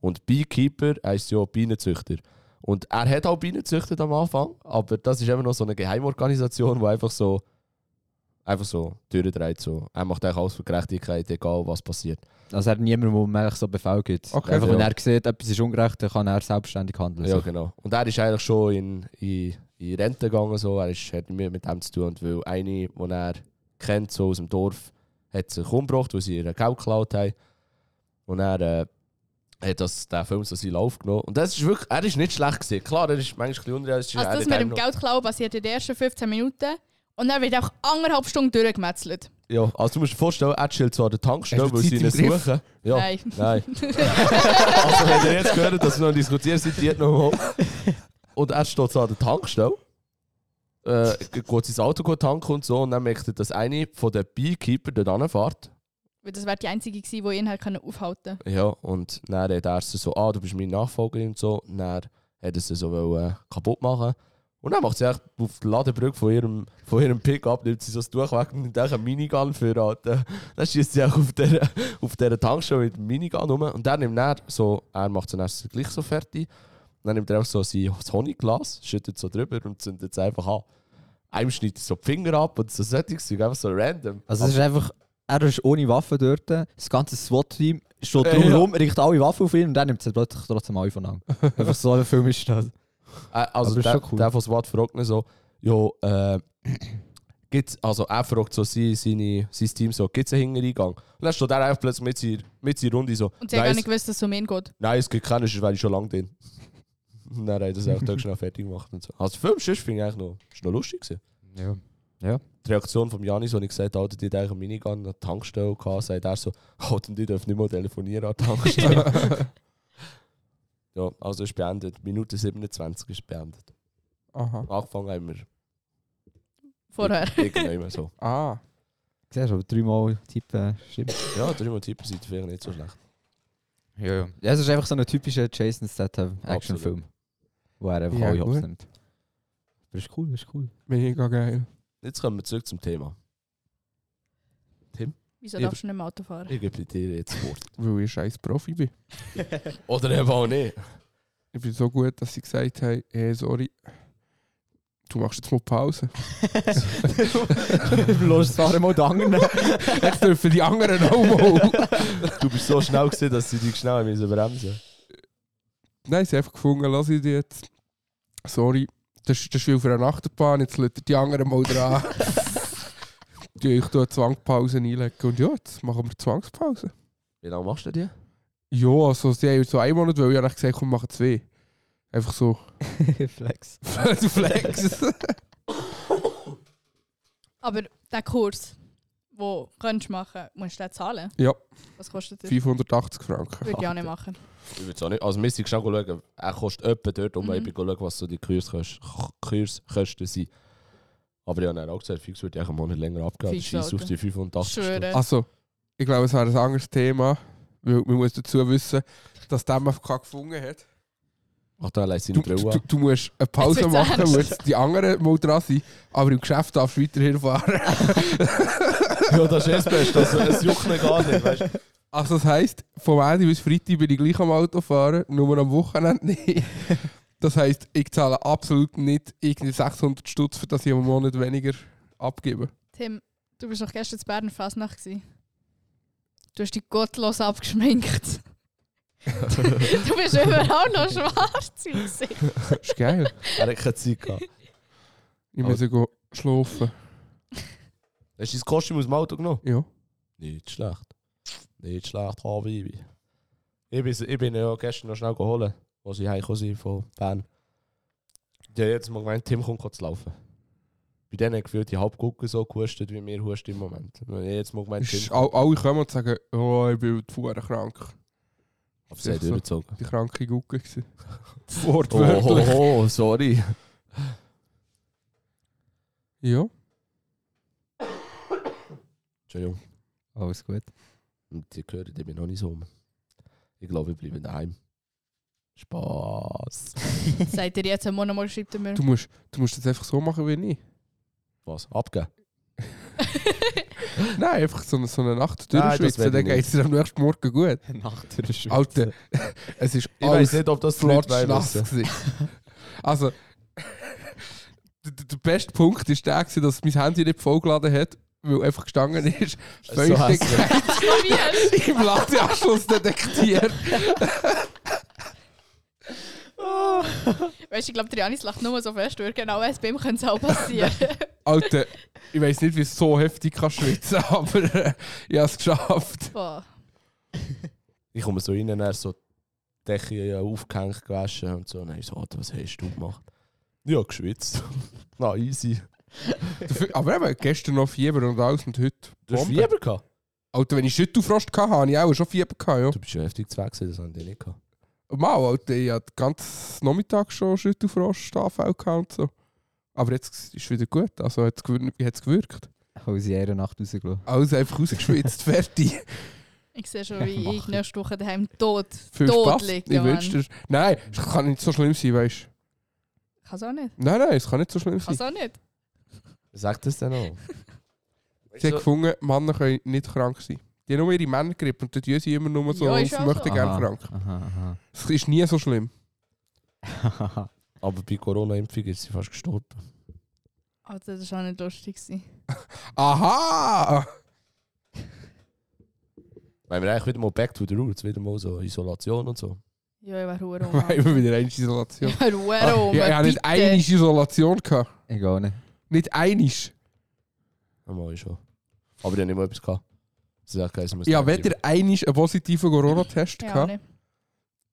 Speaker 1: Und Beekeeper heisst ja Bienenzüchter. Und er hat auch Bienen gezüchtet am Anfang, aber das ist eben noch so eine Geheimorganisation, die einfach so, einfach so durchdreht. So. Er macht eigentlich alles für Gerechtigkeit, egal was passiert.
Speaker 2: Also er hat niemanden, der ihm eigentlich so Befehl gibt.
Speaker 3: Okay.
Speaker 2: Einfach, wenn
Speaker 1: Ja.
Speaker 2: er sieht, etwas ist ungerecht, dann kann er selbstständig handeln.
Speaker 1: Ja,
Speaker 2: So.
Speaker 1: genau. Und er ist eigentlich schon in, in, in Rente gegangen. So. Er ist, hat nicht mehr mit dem zu tun. Und weil eine, die er kennt, so aus dem Dorf, hat sich umgebracht, weil sie ihr Geld geklaut haben. Und er äh, hat das, den Film so seinen Lauf genommen. Und das ist wirklich, er ist nicht schlecht gewesen. Klar, er ist manchmal ein bisschen unrealistisch.
Speaker 4: Also
Speaker 1: er
Speaker 4: das
Speaker 1: hat
Speaker 4: mit
Speaker 1: einem
Speaker 4: dem Geldklauen passiert in den ersten 15 Minuten und dann wird einfach anderthalb Stunden durchgemetzelt.
Speaker 1: noch- Ja, also du musst dir vorstellen, er chillt so an der Tankstelle,
Speaker 3: Hast du
Speaker 1: weil sie
Speaker 3: Zeit
Speaker 1: ihn
Speaker 3: im Griff?
Speaker 1: suchen. Ja,
Speaker 4: Nein.
Speaker 1: Nein. also, wenn ihr jetzt gehört, dass wir noch diskutieren, seid ihr noch hoch. Und er steht so an der Tankstelle. Äh, geht sein Auto gut tanken und so. Und dann merkt er, dass eine von den Beekeeper dort anfährt.
Speaker 4: Weil das wäre die einzige gewesen, die ihn hat können aufhalten
Speaker 1: Ja, und dann hat er sie so, ah, du bist mein Nachfolger und so. Und dann hat er sie so wollen, äh, kaputt machen. Und dann macht sie echt auf der Ladebrücke von ihrem, von ihrem Pickup, nimmt sie so das Tuch weg und nimmt eigentlich einen Minigun für. Alter. Dann schießt sie auch auf dieser auf der Tankstelle mit dem Minigun rum. Und dann nimmt er so, er macht zuerst gleich so fertig. Und dann nimmt er auch so sein Honigglas, schüttet so drüber und zündet es einfach an. Einem schneidet so die Finger ab und so solche Dinge, einfach so random.
Speaker 2: Also es ist einfach, er ist ohne Waffe dort, das ganze SWAT-Team steht
Speaker 1: Ja.
Speaker 2: drumherum, richtet alle Waffen auf ihn und dann nimmt es plötzlich trotzdem alle von an. Einfach so ein Film ist das.
Speaker 1: Äh, also
Speaker 2: Aber ist
Speaker 1: der,
Speaker 2: schon cool.
Speaker 1: der von SWAT fragt ihn so, jo, äh, gibt's, also er fragt so sie, seine, sein Team so, gibt es einen Hintereingang? Und dann steht er einfach plötzlich mit seiner, mit seiner Runde so,
Speaker 4: Und sie
Speaker 1: nein,
Speaker 4: haben gar
Speaker 1: es,
Speaker 4: nicht gewusst, dass es um ihn geht.
Speaker 1: nein, es gibt keinen, sonst wäre ich schon lange drin. Und dann hat er das auch da schnell fertig gemacht und so. Also der Film sonst finde ich eigentlich noch, ist noch lustig gewesen.
Speaker 2: Ja.
Speaker 1: Die Reaktion von Janis, als ich gesagt habe, Alter, die hat eigentlich einen Minigun an der Tankstelle gehabt, sagt er so, halt, und ich darf nicht mal telefonieren an der Tankstelle. ja, also ist beendet. Minute 27 ist beendet.
Speaker 3: Aha.
Speaker 1: Angefangen haben wir
Speaker 4: Vorher.
Speaker 1: Irgendwann immer so.
Speaker 3: Ah.
Speaker 2: Siehst du, aber dreimal tippen stimmt.
Speaker 1: Ja, dreimal tippen sind vielleicht nicht so schlecht.
Speaker 2: Ja, ja. Es ist einfach so ein typischer Jason Statham Actionfilm. Wo er einfach
Speaker 3: Ja,
Speaker 2: alle Hops
Speaker 3: gut.
Speaker 2: nimmt. Aber ist cool, ist cool.
Speaker 3: Mega geil.
Speaker 1: Jetzt kommen wir zurück zum Thema.
Speaker 4: Wieso
Speaker 1: Ja.
Speaker 4: darfst du nicht mehr Auto fahren?
Speaker 1: Ich gebe dir jetzt das Wort.
Speaker 3: Weil ich scheiß Profi bin.
Speaker 1: Oder eben auch nicht.
Speaker 3: Ich bin so gut, dass sie gesagt haben, hey, sorry, du machst jetzt mal Pause.
Speaker 2: Du lässt fahren mal die anderen.
Speaker 3: Jetzt dürfen die anderen auch mal.
Speaker 1: Du bist so schnell gesehen, dass sie dich schnell haben müssen bremsen
Speaker 3: Nein, sie haben einfach gefunden, lass ich die jetzt. Sorry, das, das ist viel für eine Achterbahn, jetzt lädt die anderen mal dran. die ich da Zwangspause einlegen. Und ja, jetzt machen wir Zwangspause.
Speaker 1: Wie lange machst du die?
Speaker 3: Ja, also sie haben so einen Monat, weil ich eigentlich gesagt komm, machen zwei. Einfach so.
Speaker 2: Flex.
Speaker 3: Du flex.
Speaker 4: Aber der Kurs, den könntest du machen, musst du den zahlen?
Speaker 3: Ja.
Speaker 4: Was kostet das?
Speaker 3: 580 Franken.
Speaker 4: Würde ich auch nicht machen.
Speaker 1: Ich würde es auch nicht. Also, wir sind schnell schauen. Er kostet etwa dort um.
Speaker 4: Mhm.
Speaker 1: Ich bin schauen, was so die Kurskosten Kurskosten sind. Aber ich habe dann auch gesagt, fix würde ich einen Monat länger abgeben.
Speaker 4: Fix,
Speaker 1: Scheiß auf
Speaker 4: Alter.
Speaker 1: die 85 Stunden.
Speaker 4: Schwöre.
Speaker 3: Also, ich glaube, es wäre ein anderes Thema, weil man muss dazu wissen, dass der MFK gefunden hat.
Speaker 1: Ach, dann leist
Speaker 3: Du,
Speaker 1: seine
Speaker 3: du,
Speaker 1: Brille
Speaker 3: du,
Speaker 1: an.
Speaker 3: du musst eine Pause
Speaker 4: Jetzt wird's
Speaker 3: machen,
Speaker 4: ernst.
Speaker 3: wo jetzt die anderen mal dran sind, aber im Geschäft darfst du weiterhin fahren.
Speaker 1: Ja, das ist das Beste. Also, es juckt mir gar nicht. Weißt? du.
Speaker 3: Also das heisst, vom Ende bis Freitag bin ich gleich am Auto fahren, nur am Wochenende nicht. Das heisst, ich zahle absolut nicht irgendwie 600 Stutz, für das ich am Monat weniger abgebe.
Speaker 4: Tim, du bist noch gestern zu Bern in Fasnacht gewesen. Du hast dich gottlos abgeschminkt. du bist überall noch schwarz im Gesicht.
Speaker 3: Das ist geil.
Speaker 1: Er hat keine Zeit gehabt.
Speaker 3: Ich muss gehen schlafen.
Speaker 1: Hast du dein Kostüm aus dem Auto genommen?
Speaker 3: Ja.
Speaker 1: Nicht schlecht. Nicht schlecht, Habibi. Ich bin, ich bin ja gestern noch schnell geholt, als ich heimgekommen sind von Bern. Die haben jetzt mal gemeint, Tim kommt kurz laufen. Bei denen gefühlt die Halbgucke so gehustet, wie wir husten im Moment. Und ich hab jetzt mal gemeint,
Speaker 3: Es
Speaker 1: Tim
Speaker 3: ist, all- alle kommen und sagen, oh, ich bin vorher krank.
Speaker 1: Aber sie hat
Speaker 3: so.
Speaker 1: durchgezogen.
Speaker 3: Die kranke Gucke. gewesen.
Speaker 1: Oh,
Speaker 3: Wortwörtlich.
Speaker 1: oh, oh, sorry.
Speaker 3: Oh. Ja.
Speaker 1: Entschuldigung.
Speaker 2: Alles gut.
Speaker 1: Und die hören, ich bin noch nicht so um. Ich glaube, ich bleibe daheim. Spaß.
Speaker 4: Seid ihr jetzt am Monat mal schreibt ihr mir.
Speaker 3: Du musst, du musst das einfach so machen wie ich.
Speaker 1: Was? Abgeben?
Speaker 3: Nein, einfach so eine, so eine Nacht durchschwitzen,
Speaker 1: werd
Speaker 3: dann
Speaker 1: ich
Speaker 3: geht es am nächsten Morgen gut.
Speaker 2: Nacht durch Schweiz.
Speaker 3: Alter, es ist
Speaker 1: Ich weiß
Speaker 3: alles
Speaker 1: nicht, ob das die Leute wollen
Speaker 3: flotschnass
Speaker 1: wissen.
Speaker 3: gewesen. Also, der, der der beste Punkt war der, gewesen, dass mein Handy nicht vollgeladen hat, weil einfach gestanden ist,
Speaker 1: So
Speaker 3: Feuchtigkeit
Speaker 4: Probier.
Speaker 3: im Ladeanschluss detektiert.
Speaker 4: Weißt du, ich glaube, Trianis lacht nur so fest, weil genau weiss, bei ihm könnte es auch passieren.
Speaker 3: Alter, ich weiß nicht, wie es so heftig kann schwitzen, aber äh, ich habe es geschafft.
Speaker 4: Boah.
Speaker 1: Ich komme so rein und er so die Decke äh, aufgehängt gewaschen und so. Und dann ich so, Alter, was hast du gemacht? Ja, geschwitzt. Na, easy.
Speaker 3: Dafür- Aber eben, gestern noch Fieber und alles und heute.
Speaker 1: Du hast
Speaker 3: Bombe.
Speaker 1: Fieber gehabt?
Speaker 3: Alter, wenn ich Schüttelfrost hatte, hatte ich auch schon Fieber. Gehabt, ja.
Speaker 1: Du bist ja heftig zu weg gewesen, das haben die nicht gehabt.
Speaker 3: Mal, Alter, ich hatte den ganzen Nachmittag schon Schüttelfrost, AV gehabt und so. Aber jetzt ist es wieder gut, also hat es gewir hat's gewirkt.
Speaker 2: Haben sie ihre Nacht rausgelassen.
Speaker 3: Alles einfach rausgeschwitzt, fertig.
Speaker 4: Ich sehe schon, wie
Speaker 2: Mach ich.
Speaker 4: ich nächste Woche daheim tot,
Speaker 3: Viel
Speaker 4: tot
Speaker 3: Spaß.
Speaker 4: liegt.
Speaker 3: Ich wünsche dir... Nein, es kann nicht so schlimm sein, weißt du.
Speaker 4: Kann's auch nicht.
Speaker 3: Nein, nein, es kann nicht so schlimm sein.
Speaker 4: Kann's auch nicht.
Speaker 1: Sag das denn auch.
Speaker 3: Sie hat gefunden, Männer können nicht krank sein. Die haben nur ihre Männergrippe und dann tun sie immer nur so,
Speaker 4: Ja,
Speaker 3: ja,
Speaker 4: ist
Speaker 3: sie
Speaker 4: auch
Speaker 3: möchten
Speaker 4: so.
Speaker 3: gerne krank.
Speaker 2: Aha,
Speaker 3: Es ist nie so schlimm.
Speaker 2: aha.
Speaker 1: Aber bei Corona-Impfung ist sie fast gestorben.
Speaker 4: Alter, Ah, das war auch nicht lustig. gewesen.
Speaker 3: Aha!
Speaker 1: Weil wir eigentlich wieder mal back to the roots, wieder mal so Isolation und so.
Speaker 4: Ja, ich war Ruhe rum.
Speaker 3: Weil immer wieder eine Isolation.
Speaker 4: Ich war Ruhe
Speaker 3: Ah,
Speaker 4: rum.
Speaker 3: ja, ich hatte nicht
Speaker 4: Oh, bitte.
Speaker 3: eine Isolation. Gehabt.
Speaker 2: Egal nicht.
Speaker 3: Nicht einig.
Speaker 1: Einmal schon. Aber die haben nicht mal etwas gehabt. Sie sagt, okay, sie muss
Speaker 3: Ich habe weder einig einen positiven Corona-Test
Speaker 4: Ja, auch
Speaker 3: gehabt,
Speaker 4: nicht.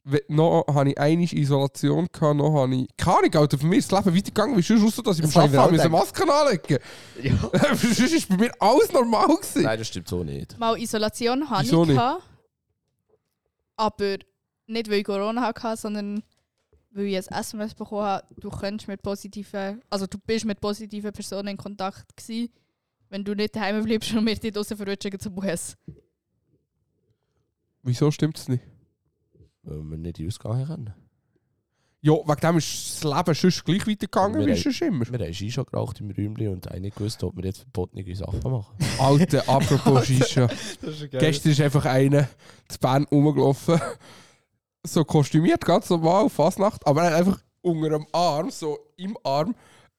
Speaker 3: we- noch habe ich einig Isolation gehabt, noch habe ich... Keine Ahnung, Alter, für mich ist das Leben weitergegangen, weil sonst ausser, dass ich im
Speaker 1: Das hab ich
Speaker 3: Schaffen
Speaker 1: mir auch
Speaker 3: habe, müssen
Speaker 1: gedacht.
Speaker 3: Masken anlegen.
Speaker 1: Ja.
Speaker 3: sonst ist bei mir alles normal gewesen.
Speaker 1: Nein, das stimmt so nicht.
Speaker 4: Mal Isolation hatte
Speaker 3: Wieso
Speaker 4: ich.
Speaker 3: nicht?
Speaker 4: Gehabt, aber nicht, weil ich Corona hatte, sondern weil ich ein SMS bekommen habe, du, könntest mit positiven, also du bist mit positiven Personen in Kontakt gewesen, wenn du nicht daheim bleibst und wir dich draußen verrutschen zum Bus.
Speaker 3: Wieso stimmt es nicht?
Speaker 1: Weil wir nicht in den Ausgang können.
Speaker 3: Ja, wegen dem ist das Leben sonst gleich weitergegangen,
Speaker 1: Wir
Speaker 3: wie
Speaker 1: haben-
Speaker 3: sonst immer.
Speaker 1: Wir haben Shisha geraucht im Räumchen und haben nicht gewusst, ob wir jetzt verbotene Sachen machen.
Speaker 3: Alter, apropos Shisha. Gestern ist einfach einer zu Bern rumgelaufen. So kostümiert, ganz normal, auf Fasnacht. Aber er hat einfach unter dem Arm, so im Arm,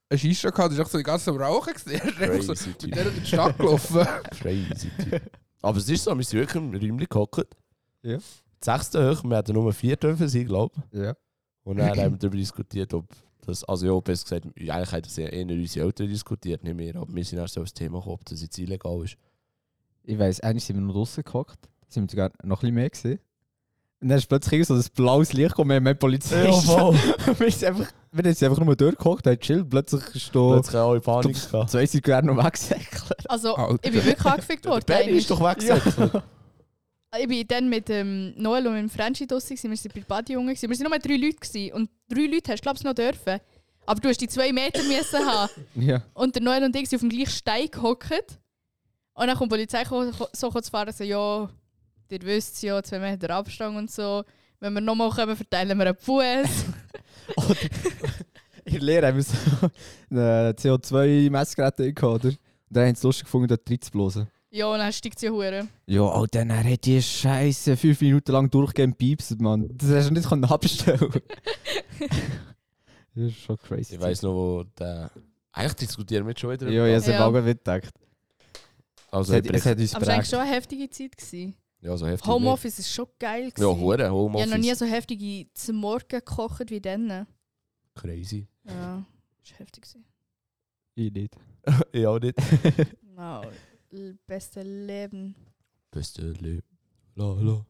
Speaker 3: eine Shisha gehabt. Das ist einfach so die ganze Zeit am Rauchen. gewesen. Er ist einfach so
Speaker 1: Crazy
Speaker 3: mit
Speaker 1: Typ.
Speaker 3: der in die Stadt gelaufen.
Speaker 1: Crazy Typ. Aber es ist so, wir sind wirklich im Räumchen gehockt.
Speaker 2: Ja.
Speaker 1: Die Sechste hoch, wir hatten nur vier dürfen sein, glaube ich.
Speaker 2: Ja.
Speaker 1: Und dann haben wir darüber diskutiert, ob das, also ja, besser gesagt, eigentlich haben das ja eher unsere Eltern diskutiert, nicht mehr, aber wir sind auch so aufs Thema gekommen, ob das jetzt illegal ist.
Speaker 2: Ich weiss, eigentlich sind wir noch draußen gehockt. Da sind wir sogar noch ein bisschen mehr gewesen. Und dann ist plötzlich so ein blaues Licht gekommen, wir haben mehr Polizisten. wir sind einfach, wir haben sie einfach nur durchgehockt, haben chillt, plötzlich ist da
Speaker 1: Jetzt kann auch in Panik gehen.
Speaker 2: zwei sind gerade noch weggesäckelt.
Speaker 4: Also,
Speaker 3: Alter.
Speaker 4: ich bin wirklich angefickt worden.
Speaker 1: Ah, Benny ist
Speaker 4: einmal.
Speaker 1: doch weggesetzt.
Speaker 4: Ich bin dann mit ähm, Noel und mit dem Franchi draussen, gewesen. wir waren bei der Badjunge, gewesen. wir waren nur drei Leute gewesen. und drei Leute hast du, glaube ich, noch dürfen. Aber du hast die zwei Meter müssen haben.
Speaker 2: Ja.
Speaker 4: Und der Noel und ich sind auf dem gleichen Stein gehockt. Und dann kommt die Polizei ko- ko- so kurz fahren, so, ja, ihr wisst ja, zwei Meter Abstand und so. Wenn wir nochmal kommen, verteilen wir einen Fuß.
Speaker 2: In der Lehre haben wir so ein CO2-Messgerät eingehabt, oder? Und dann haben sie es lustig gefunden, dort reinzublasen.
Speaker 4: ja, und dann steigt sie hoch.
Speaker 2: Ja, Alter, dann hat die Scheiße fünf Minuten lang durchgehend piepst, Mann. Das hast du nicht können abstellen Das ist schon crazy.
Speaker 1: Ich weiss noch, wo der. Eigentlich diskutieren wir jetzt schon wieder.
Speaker 2: Ja, ich habe
Speaker 4: Ja.
Speaker 2: auch nicht gedacht. Es
Speaker 1: Also,
Speaker 2: hat,
Speaker 1: ich
Speaker 2: es hat uns
Speaker 4: Aber es war eigentlich
Speaker 2: geprägt.
Speaker 4: schon eine heftige Zeit. Gewesen.
Speaker 1: ja, so heftig.
Speaker 4: Homeoffice war schon geil.
Speaker 1: nicht. Ja,
Speaker 4: gewesen.
Speaker 1: Hure,
Speaker 4: ich
Speaker 1: Homeoffice.
Speaker 4: habe noch nie so heftige zum Morgen gekocht wie dann.
Speaker 1: Crazy.
Speaker 4: Ja, das war heftig. gewesen.
Speaker 2: Ich nicht.
Speaker 1: ich auch nicht.
Speaker 4: Wow, l- beste Leben.
Speaker 1: Beste Leben. La, la.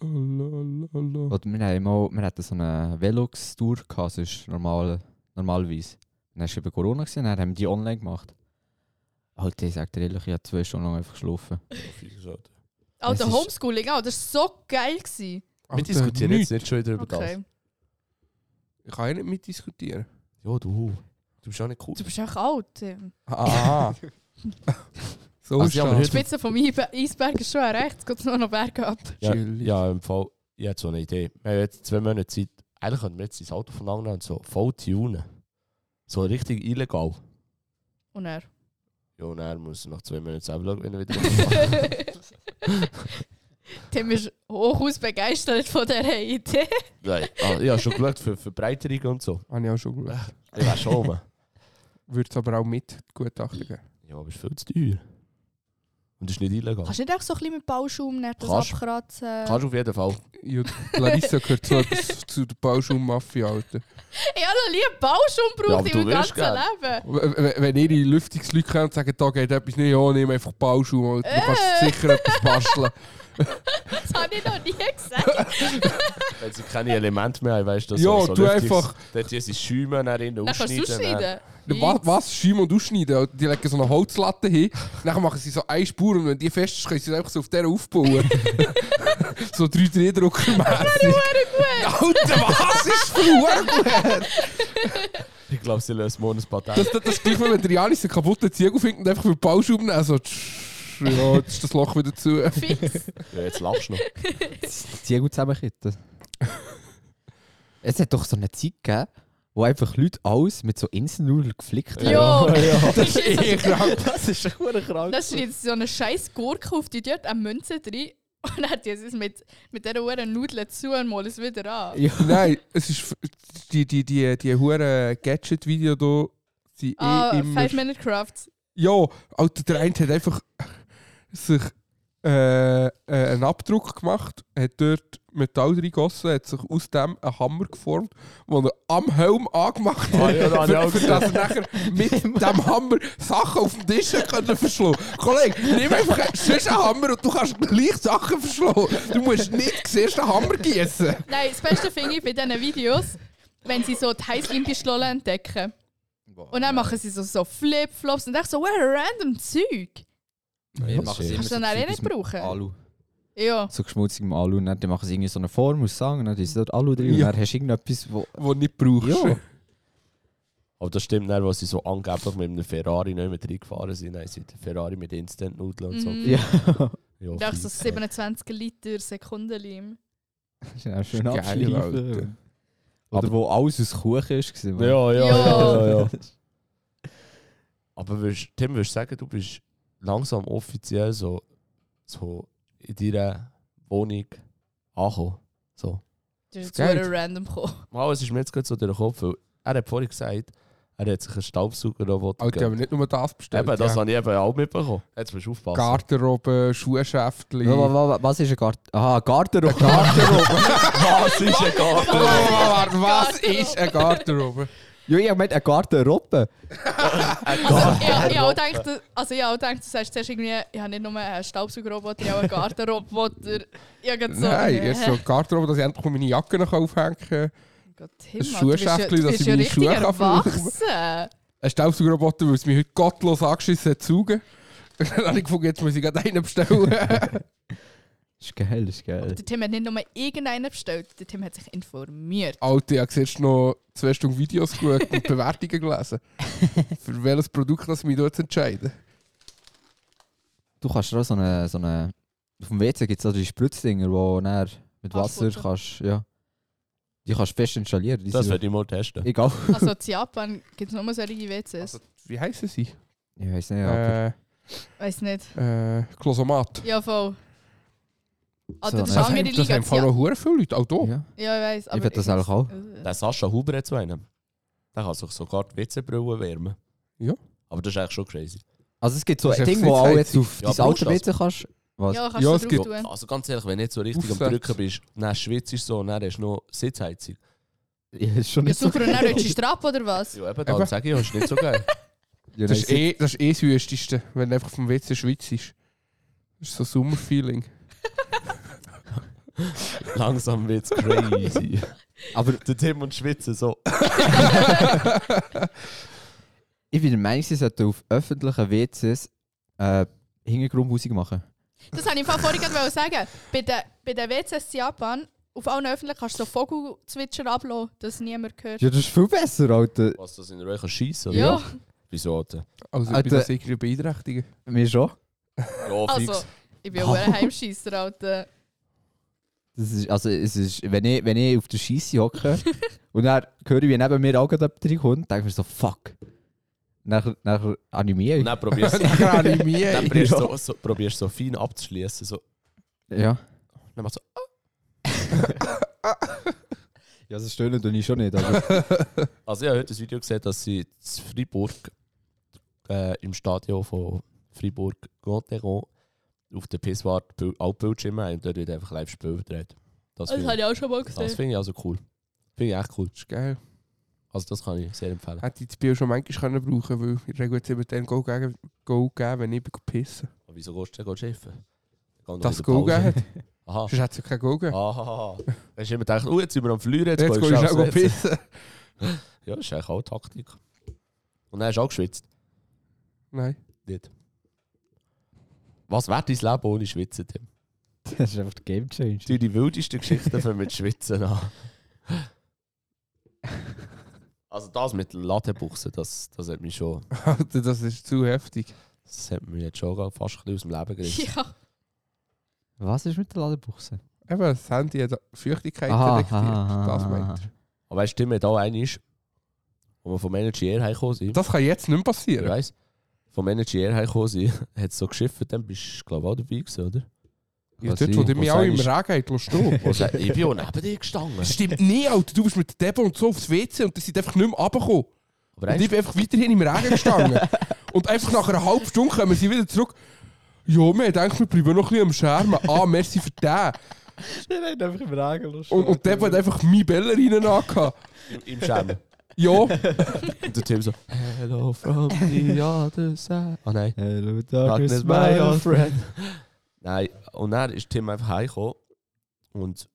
Speaker 3: Oh,
Speaker 2: Oder wir haben mal, wir hatten so eine Velox-Tour gehabt, sonst normal, normalerweise. Dann war eben Corona gewesen, dann haben wir die online gemacht. Alter, ich sag dir ehrlich, ich habe zwei Stunden lang einfach geschlafen.
Speaker 4: Alter,
Speaker 2: Es ist-
Speaker 4: Homeschooling, auch, das war so geil.
Speaker 1: Wir
Speaker 4: Gewesen.
Speaker 3: Alter,
Speaker 1: diskutieren
Speaker 3: nichts.
Speaker 1: jetzt nicht schon wieder über
Speaker 4: Okay.
Speaker 3: Ich kann ja nicht mitdiskutieren.
Speaker 1: das. Ja, du. Du bist auch nicht cool.
Speaker 4: Du bist auch alt. ähm.
Speaker 3: Aha. so
Speaker 1: Ah. Also,
Speaker 3: ist
Speaker 1: ja, aber
Speaker 3: das.
Speaker 1: heute-
Speaker 4: Spitze vom Eibe- Eisberg ist schon erreicht, es geht nur noch bergab.
Speaker 1: Ja,
Speaker 3: Chill.
Speaker 1: ja, im Fall. Ich habe so eine Idee. Wir haben jetzt zwei Monate Zeit. Eigentlich könnten wir jetzt das Auto voneinander und so voll tunen. So richtig illegal.
Speaker 4: Und er.
Speaker 1: Ja, und er muss nach zwei Minuten selber schauen, wenn er wieder kommt.
Speaker 4: Tim ist hochaus begeistert von dieser Idee.
Speaker 1: Nein, ah, ich habe schon geschaut für Verbreiterung und so.
Speaker 3: Habe ich auch schon geschaut.
Speaker 1: Ich wäre schon oben.
Speaker 3: Würde es aber auch mit Gutachten geben.
Speaker 1: Ja, aber es ist viel zu teuer. Und das ist nicht illegal.
Speaker 4: Kannst du nicht auch so ein bisschen mit Bauschaum nicht das
Speaker 1: Kannst.
Speaker 4: abkratzen?
Speaker 1: Kannst du auf jeden Fall.
Speaker 3: Ja, die Larissa gehört so etwas zu der Bauschaum-Mafia, Alter.
Speaker 4: Ich habe noch nie Bauschaum
Speaker 1: Ja,
Speaker 4: gebraucht
Speaker 1: aber
Speaker 4: in
Speaker 1: du
Speaker 4: meinem
Speaker 1: wirst
Speaker 4: ganzen
Speaker 1: gern.
Speaker 4: Leben.
Speaker 3: W- w- Wenn ihre Lüftungsleute kommen und sagen, da geht etwas nicht, ja, nimm einfach Bauschaum, Alter. Du kannst
Speaker 4: Äh.
Speaker 3: sicher etwas basteln.
Speaker 4: Das habe ich noch nie gesagt.
Speaker 1: Wenn sie keine Elemente mehr haben, weißt du,
Speaker 3: Ja,
Speaker 1: so, so
Speaker 3: du
Speaker 1: Lüftungs-
Speaker 3: einfach-
Speaker 1: Dort hier sind Schäume, dann innen
Speaker 4: Dann kannst du es
Speaker 1: dann-
Speaker 4: ausschneiden.
Speaker 3: Was, was? Schäumen und ausschneiden? Alter. Die legen so eine Holzlatte hin, dann machen sie so eine Spur und wenn die fest ist, können sie sie einfach so auf der aufbauen. so 3D-Drucker-mässig. Alter, was ist verloren?
Speaker 1: Ich glaube, sie lösen morgen ein Patent.
Speaker 3: Das, das, das ist gleich, wenn der Janis einen kaputten Ziegel findet und einfach für den Bauschaum nehmen. Also, tsch, ja, jetzt ist das Loch wieder zu.
Speaker 4: Fix.
Speaker 1: Ja, jetzt lachst du noch.
Speaker 2: Zieh gut zusammenkitten. es hat doch so eine Zeit gegeben, wo einfach Leute alles mit so Instant-Nudeln geflickt haben.
Speaker 4: Jo.
Speaker 3: Das ist eh krank.
Speaker 2: Das ist echt verdammt krank.
Speaker 4: Das ist jetzt so eine scheiß Gurke auf die dort eine Münze drin. Und dann hat die es mit, mit dieser Uhren Nudeln zu und mal es wieder an.
Speaker 2: Ja.
Speaker 3: Nein, es ist. f- Die, die, die, die huren Gadget-Video hier sind eh
Speaker 4: Ah,
Speaker 3: immer.
Speaker 4: Five Minute Crafts.
Speaker 3: Ja, Alter, der eine hat einfach sich äh, äh, einen Abdruck gemacht, hat dort Metall reingegossen, hat sich aus dem einen Hammer geformt, den er am Helm angemacht hat,
Speaker 1: Ah, ja, da hab ich auch
Speaker 3: für, für dass er nachher mit dem Hammer Sachen auf den Tisch hat können verschlagen Kollege, nimm einfach einen- sonst einen Hammer und du kannst gleich Sachen verschlagen. Du musst nicht zuerst einen Hammer gießen.
Speaker 4: Nein, das Beste finde ich bei diesen Videos, wenn sie so die Heißlimbisschlolle entdecken. Und dann machen sie so, so Flipflops und ich so, where random Zeug.
Speaker 2: Wir machen
Speaker 1: Kannst
Speaker 2: immer
Speaker 4: du dann
Speaker 2: Zeug
Speaker 4: eh nicht
Speaker 2: aus dem
Speaker 4: brauchen?
Speaker 2: Alu.
Speaker 4: Ja.
Speaker 2: So geschmutzigem Alu. Und dann die machen sie irgendwie so eine Form aus Sang und dann ist dort Alu drin.
Speaker 3: Ja.
Speaker 2: Und dann hast du irgendetwas, wo...
Speaker 3: Den du nicht brauchst.
Speaker 2: Ja.
Speaker 1: Aber das stimmt nicht, was sie so angeblich mit einem Ferrari nicht mehr reingefahren sind. Nein, sie sind Ferrari mit Instant-Nudeln und so.
Speaker 4: Mhm.
Speaker 2: Ja.
Speaker 1: Ja,
Speaker 4: Und auch so
Speaker 1: fies.
Speaker 4: 27 Liter Sekundenleim.
Speaker 2: Das ist auch schön
Speaker 3: Geil,
Speaker 2: abschleifen.
Speaker 3: Alter.
Speaker 2: Oder wo alles aus Kuchen ist.
Speaker 1: Ja,
Speaker 2: war.
Speaker 1: ja, ja,
Speaker 4: Ja.
Speaker 1: ja. ja. Aber würdest, Tim, würdest du sagen, du bist langsam offiziell so, so in deiner Wohnung angekommen? So.
Speaker 4: Das ist
Speaker 3: Das geht.
Speaker 4: jetzt random gekommen.
Speaker 1: Mal, es ist mir jetzt gerade so durch den Kopf, weil er hat vorhin gesagt, er hat sich einen Staubsaugerroboter
Speaker 3: Alter, aber nicht nur das bestellt.
Speaker 1: Eben, das
Speaker 3: ja. eh,
Speaker 1: habe ich eben auch mitbekommen. Jetzt musst du aufpassen.
Speaker 3: Garderobe, Schuhschäftli.
Speaker 2: Wa- wa- wa- Was ist ein Garten? Aha, Garderobe.
Speaker 1: Was ist ein
Speaker 3: Oh,
Speaker 1: Garten?
Speaker 3: warte, was
Speaker 4: Garderobe.
Speaker 3: ist eine Garderobe?
Speaker 2: ja, ich meine, ein Garderobe.
Speaker 4: Also, ich, ich, auch gedacht, dass- also ich auch gedacht, du sagst zuerst irgendwie, ich habe nicht nur einen Staubsaugerroboter, ich habe einen Gartenroboter. Irgend so.
Speaker 3: Nein,
Speaker 4: Hä?
Speaker 3: ich so eine Garderobe, dass ich endlich mal meine Jacke noch aufhängen kann.
Speaker 4: Gott, Himmel,
Speaker 3: Ein
Speaker 4: du bist ja-
Speaker 3: Schuhschäftli,
Speaker 4: du
Speaker 3: dass
Speaker 4: bist
Speaker 3: ich
Speaker 4: ja
Speaker 3: meine
Speaker 4: richtig
Speaker 3: Schuhe kann
Speaker 4: erwachsen.
Speaker 3: Ein Staubsaugerroboter, weil es mich heute gottlos angeschissen hat, zugen. Dann habe ich gefunden, jetzt muss ich gerade einen bestellen.
Speaker 2: Ist geil, ist geil.
Speaker 4: Der Tim hat nicht nur irgendeinen bestellt, der Tim hat sich informiert.
Speaker 3: Alter, ich habe zuerst noch zwei Stunden Videos geschaut und Bewertungen gelesen. Für welches Produkt dass ich mich dort entscheide.
Speaker 2: Du kannst auch so eine, so eine auf dem WC gibt es auch die Spritzdinger, wo näher mit Wasser
Speaker 4: Abputzen.
Speaker 2: kannst, ja. Die kannst du fest installieren. Die
Speaker 1: Das
Speaker 2: sind-
Speaker 1: werde ich mal testen.
Speaker 2: Egal.
Speaker 4: Also in Japan gibt es nur solche WCs.
Speaker 3: Also, wie heißen sie?
Speaker 2: Ich weiß nicht,
Speaker 1: Äh,
Speaker 2: aber
Speaker 4: Weiß nicht.
Speaker 3: Äh, äh, Klosomat.
Speaker 4: Ja, voll. Ah, Alter,
Speaker 2: So,
Speaker 4: das
Speaker 2: ne?
Speaker 4: schauen wir die
Speaker 3: Das
Speaker 4: Liga.
Speaker 3: haben
Speaker 4: in
Speaker 3: vorher
Speaker 4: Ja,
Speaker 3: auch viele Leute, auch
Speaker 1: oh.
Speaker 3: hier.
Speaker 2: ja.
Speaker 4: ich Äh. weiß.
Speaker 2: Ich will das eigentlich auch.
Speaker 1: Der Sascha Huber hat so einen. Der kann sich sogar die WC-Brille wärmen.
Speaker 3: Ja.
Speaker 1: Aber das ist eigentlich schon crazy.
Speaker 2: Also es gibt so
Speaker 3: Das
Speaker 2: ein
Speaker 3: ist
Speaker 2: Ding,
Speaker 3: jetzt
Speaker 2: wo auch
Speaker 3: nicht
Speaker 2: jetzt auf
Speaker 1: Ja,
Speaker 2: dein
Speaker 1: brauchst du
Speaker 2: altes
Speaker 1: das?
Speaker 2: WC kannst. Was?
Speaker 4: Ja, kannst
Speaker 3: Ja,
Speaker 4: du
Speaker 3: es
Speaker 4: drauf
Speaker 3: gibt-
Speaker 4: tun.
Speaker 1: Also ganz ehrlich, wenn du nicht so richtig am
Speaker 3: Aufsätze.
Speaker 1: Drücken bist, dann schwitzt du so und dann hast du noch Sitzheizung.
Speaker 2: Ja, ist schon
Speaker 4: Ja,
Speaker 2: nicht so
Speaker 4: super, und dann rutscht du Strap oder was?
Speaker 1: Ja, eben, darum
Speaker 3: Eben.
Speaker 1: sage ich, ja, ist nicht so geil.
Speaker 2: Ja, nein,
Speaker 3: Das ist, eh, das ist eh das Wüsteste, wenn du einfach vom WC schwitzt. Das ist so Sommerfeeling.
Speaker 1: Langsam wird's crazy.
Speaker 2: Aber
Speaker 1: Der Tim und Schwitzen so.
Speaker 2: ich bin der Meinung, sie sollten auf öffentlichen WCs äh, Hintergrundmusik machen.
Speaker 4: Das wollte ich im Fall vorhin gerade sagen. Bei den, bei den WCs in Japan, auf allen öffentlichen, kannst du so Vogelzwitscher ablassen, dass niemand hört.
Speaker 2: Ja, das ist viel besser, Alter.
Speaker 1: Was, das in Röcher schießen? oder?
Speaker 4: Ja,
Speaker 1: Wieso, Alter?
Speaker 3: Also, ich
Speaker 2: Alter.
Speaker 3: bin das irgendwie beeinträchtigen.
Speaker 2: Mir schon.
Speaker 1: Ja,
Speaker 4: also, ich bin auch ein Heimscheisser, Alter.
Speaker 2: Das ist, also es ist, wenn ich, wenn ich auf der Scheisse hocke und dann höre ich, wie neben mir auch gerade jemand reinkommt, denke ich mir so, fuck. Nachher, nachher animiere
Speaker 1: Und
Speaker 2: ich.
Speaker 1: dann probierst du dann probierst du so, so, probierst so fein abzuschließen. So.
Speaker 2: Ja.
Speaker 1: Dann machst du
Speaker 2: Ja, das stöhnen tue ich schon nicht. Aber
Speaker 1: so. Also, ich habe heute ein Video gesehen, dass sie in Freiburg äh, im Stadion von Freiburg Gotteron auf der Pisswart alle Bildschirme haben und dort wird einfach live Spiel gedreht. Das,
Speaker 4: Das
Speaker 1: finde
Speaker 4: habe
Speaker 1: ich-
Speaker 4: ich auch schon mal
Speaker 1: das
Speaker 4: gesehen.
Speaker 1: finde ich also cool. Finde ich echt cool.
Speaker 3: Geil.
Speaker 1: Also, das kann ich sehr empfehlen.
Speaker 3: Hätte ich das Bier schon manchmal können brauchen weil in der Regel hat es immer dann Go gegen- Go gegeben, wenn ich bin pissen
Speaker 1: Aber wieso gehst du denn schiffen?
Speaker 3: Das Go gegeben hat.
Speaker 1: Aha.
Speaker 3: Sonst hätte es ja kein Go
Speaker 2: Ah,
Speaker 3: gegeben.
Speaker 1: Aha. Hast du immer gedacht, oh, jetzt sind wir am Flüren, jetzt, gehst
Speaker 3: Jetzt gehst
Speaker 1: du
Speaker 3: du auch
Speaker 1: schnell
Speaker 3: go
Speaker 1: setzen.
Speaker 3: pissen.
Speaker 1: Ja, das ist eigentlich auch Taktik. Und dann hast du auch geschwitzt.
Speaker 3: Nein.
Speaker 1: Nicht. Was wäre dein Leben ohne Schwitzen, Tim?
Speaker 2: das ist einfach der Game Changer.
Speaker 1: Du die wildesten Geschichten für mit Schwitzen an. Also das mit Latebuchsen, das, das hat mich schon,
Speaker 3: Alter, das ist zu heftig.
Speaker 1: das hat mich jetzt schon fast ein bisschen aus dem Leben gerissen.
Speaker 4: Ja,
Speaker 2: Was ist mit der Ladebuchse?
Speaker 3: Eben, das Handy hat Feuchtigkeit
Speaker 2: Aha,
Speaker 3: detektiert.
Speaker 2: aha,
Speaker 3: Das
Speaker 2: aha,
Speaker 3: meint
Speaker 2: aha.
Speaker 3: er.
Speaker 1: Aber weißt du, wenn da einer ist, wo wir vom Energy Air heimgekommen sind,
Speaker 3: Das kann jetzt nicht mehr
Speaker 1: ich
Speaker 3: passieren.
Speaker 1: weiss, vom Energy Air heimgekommen sind, hat es so geschifft, dann bist du glaube ich auch dabei gewesen, oder?
Speaker 3: Ja,
Speaker 2: Kann
Speaker 3: dort, wo
Speaker 2: sein.
Speaker 3: du
Speaker 1: Muss
Speaker 3: mich auch im
Speaker 1: sein,
Speaker 3: Regen hast, lässt du.
Speaker 1: Wo sagt, ich bin auch neben dir gestanden.
Speaker 3: Das stimmt nie, Alter. Du bist mit dem Debo und so aufs WC und die sind einfach nicht mehr runtergekommen.
Speaker 1: Aber
Speaker 3: Und ich bin einfach weiterhin im Regen gestanden. und einfach nach einer halben Stunde kommen sie wieder zurück. Ja, wir denken, wir bleiben noch ein bisschen am Schermen. Ah, merci für den.
Speaker 2: Der hat einfach im Regen los.
Speaker 3: Und, und Debo hat einfach meine Bällerinnen angehabt.
Speaker 1: eigentlich im Schirm.
Speaker 3: Ja,
Speaker 1: Und der Tim so, hello from the other side. Oh nein.
Speaker 2: Hello,
Speaker 1: Darkness,
Speaker 2: darkness,
Speaker 1: my old
Speaker 2: my old friend.
Speaker 1: Nein, und dann ist Tim einfach heimgekommen und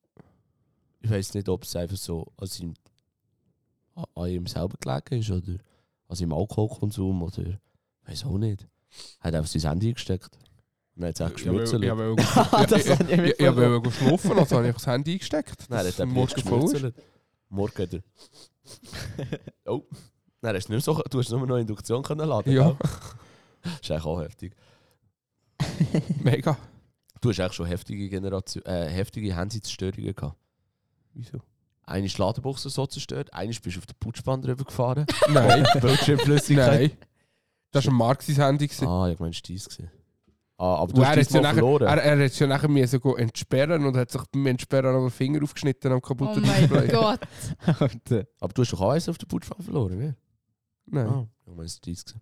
Speaker 1: ich weiß nicht, ob es einfach so an, seinem, an- an ihm selber gelegen ist oder an seinem Alkoholkonsum oder weiß auch nicht. Er hat einfach sein Handy gesteckt und dann hat es auch geschmutzelt.
Speaker 3: Ich
Speaker 1: Ja,
Speaker 3: habe
Speaker 2: Ah,
Speaker 3: ich
Speaker 2: hab ich
Speaker 3: ich- ich
Speaker 2: mitbekommen.
Speaker 3: wollte schlafen, also habe ich das Handy eingesteckt.
Speaker 1: Nein, er hat
Speaker 3: das
Speaker 1: einfach
Speaker 3: morgens voll ist.
Speaker 1: geschmutzelt. Morgen hat er. Oh, nein, hast du, nicht mehr so, du hast nur noch Induktion können laden.
Speaker 3: Ja,
Speaker 1: gell? Das ist eigentlich auch heftig.
Speaker 3: mega.
Speaker 1: Du hast eigentlich schon heftige, Generation, äh, heftige Handzerstörungen gehabt.
Speaker 3: Wieso?
Speaker 1: Eine ist die Ladenbuchse so zerstört, eine bist du auf der Putschbahn drüber gefahren.
Speaker 3: Nein,
Speaker 1: Bildschirmflüssigkeit.
Speaker 3: nein. Das war Marxis Handy. gewesen.
Speaker 1: Ah, ich meine, es war deins. gewesen. Ah, aber
Speaker 3: Und
Speaker 1: du
Speaker 3: er
Speaker 1: hast
Speaker 3: hat
Speaker 1: es
Speaker 3: ja
Speaker 1: mal
Speaker 3: nachher,
Speaker 1: verloren.
Speaker 3: er, er hat ja nachher müssen go entsperren und hat sich beim Entsperren noch den Finger aufgeschnitten am
Speaker 4: oh
Speaker 3: kaputten
Speaker 4: mein Gott.
Speaker 2: Alter.
Speaker 1: aber du hast doch auch eins auf der Putschbahn verloren, ne?
Speaker 3: Nein,
Speaker 1: Ah, ich meine, es war deins. gewesen.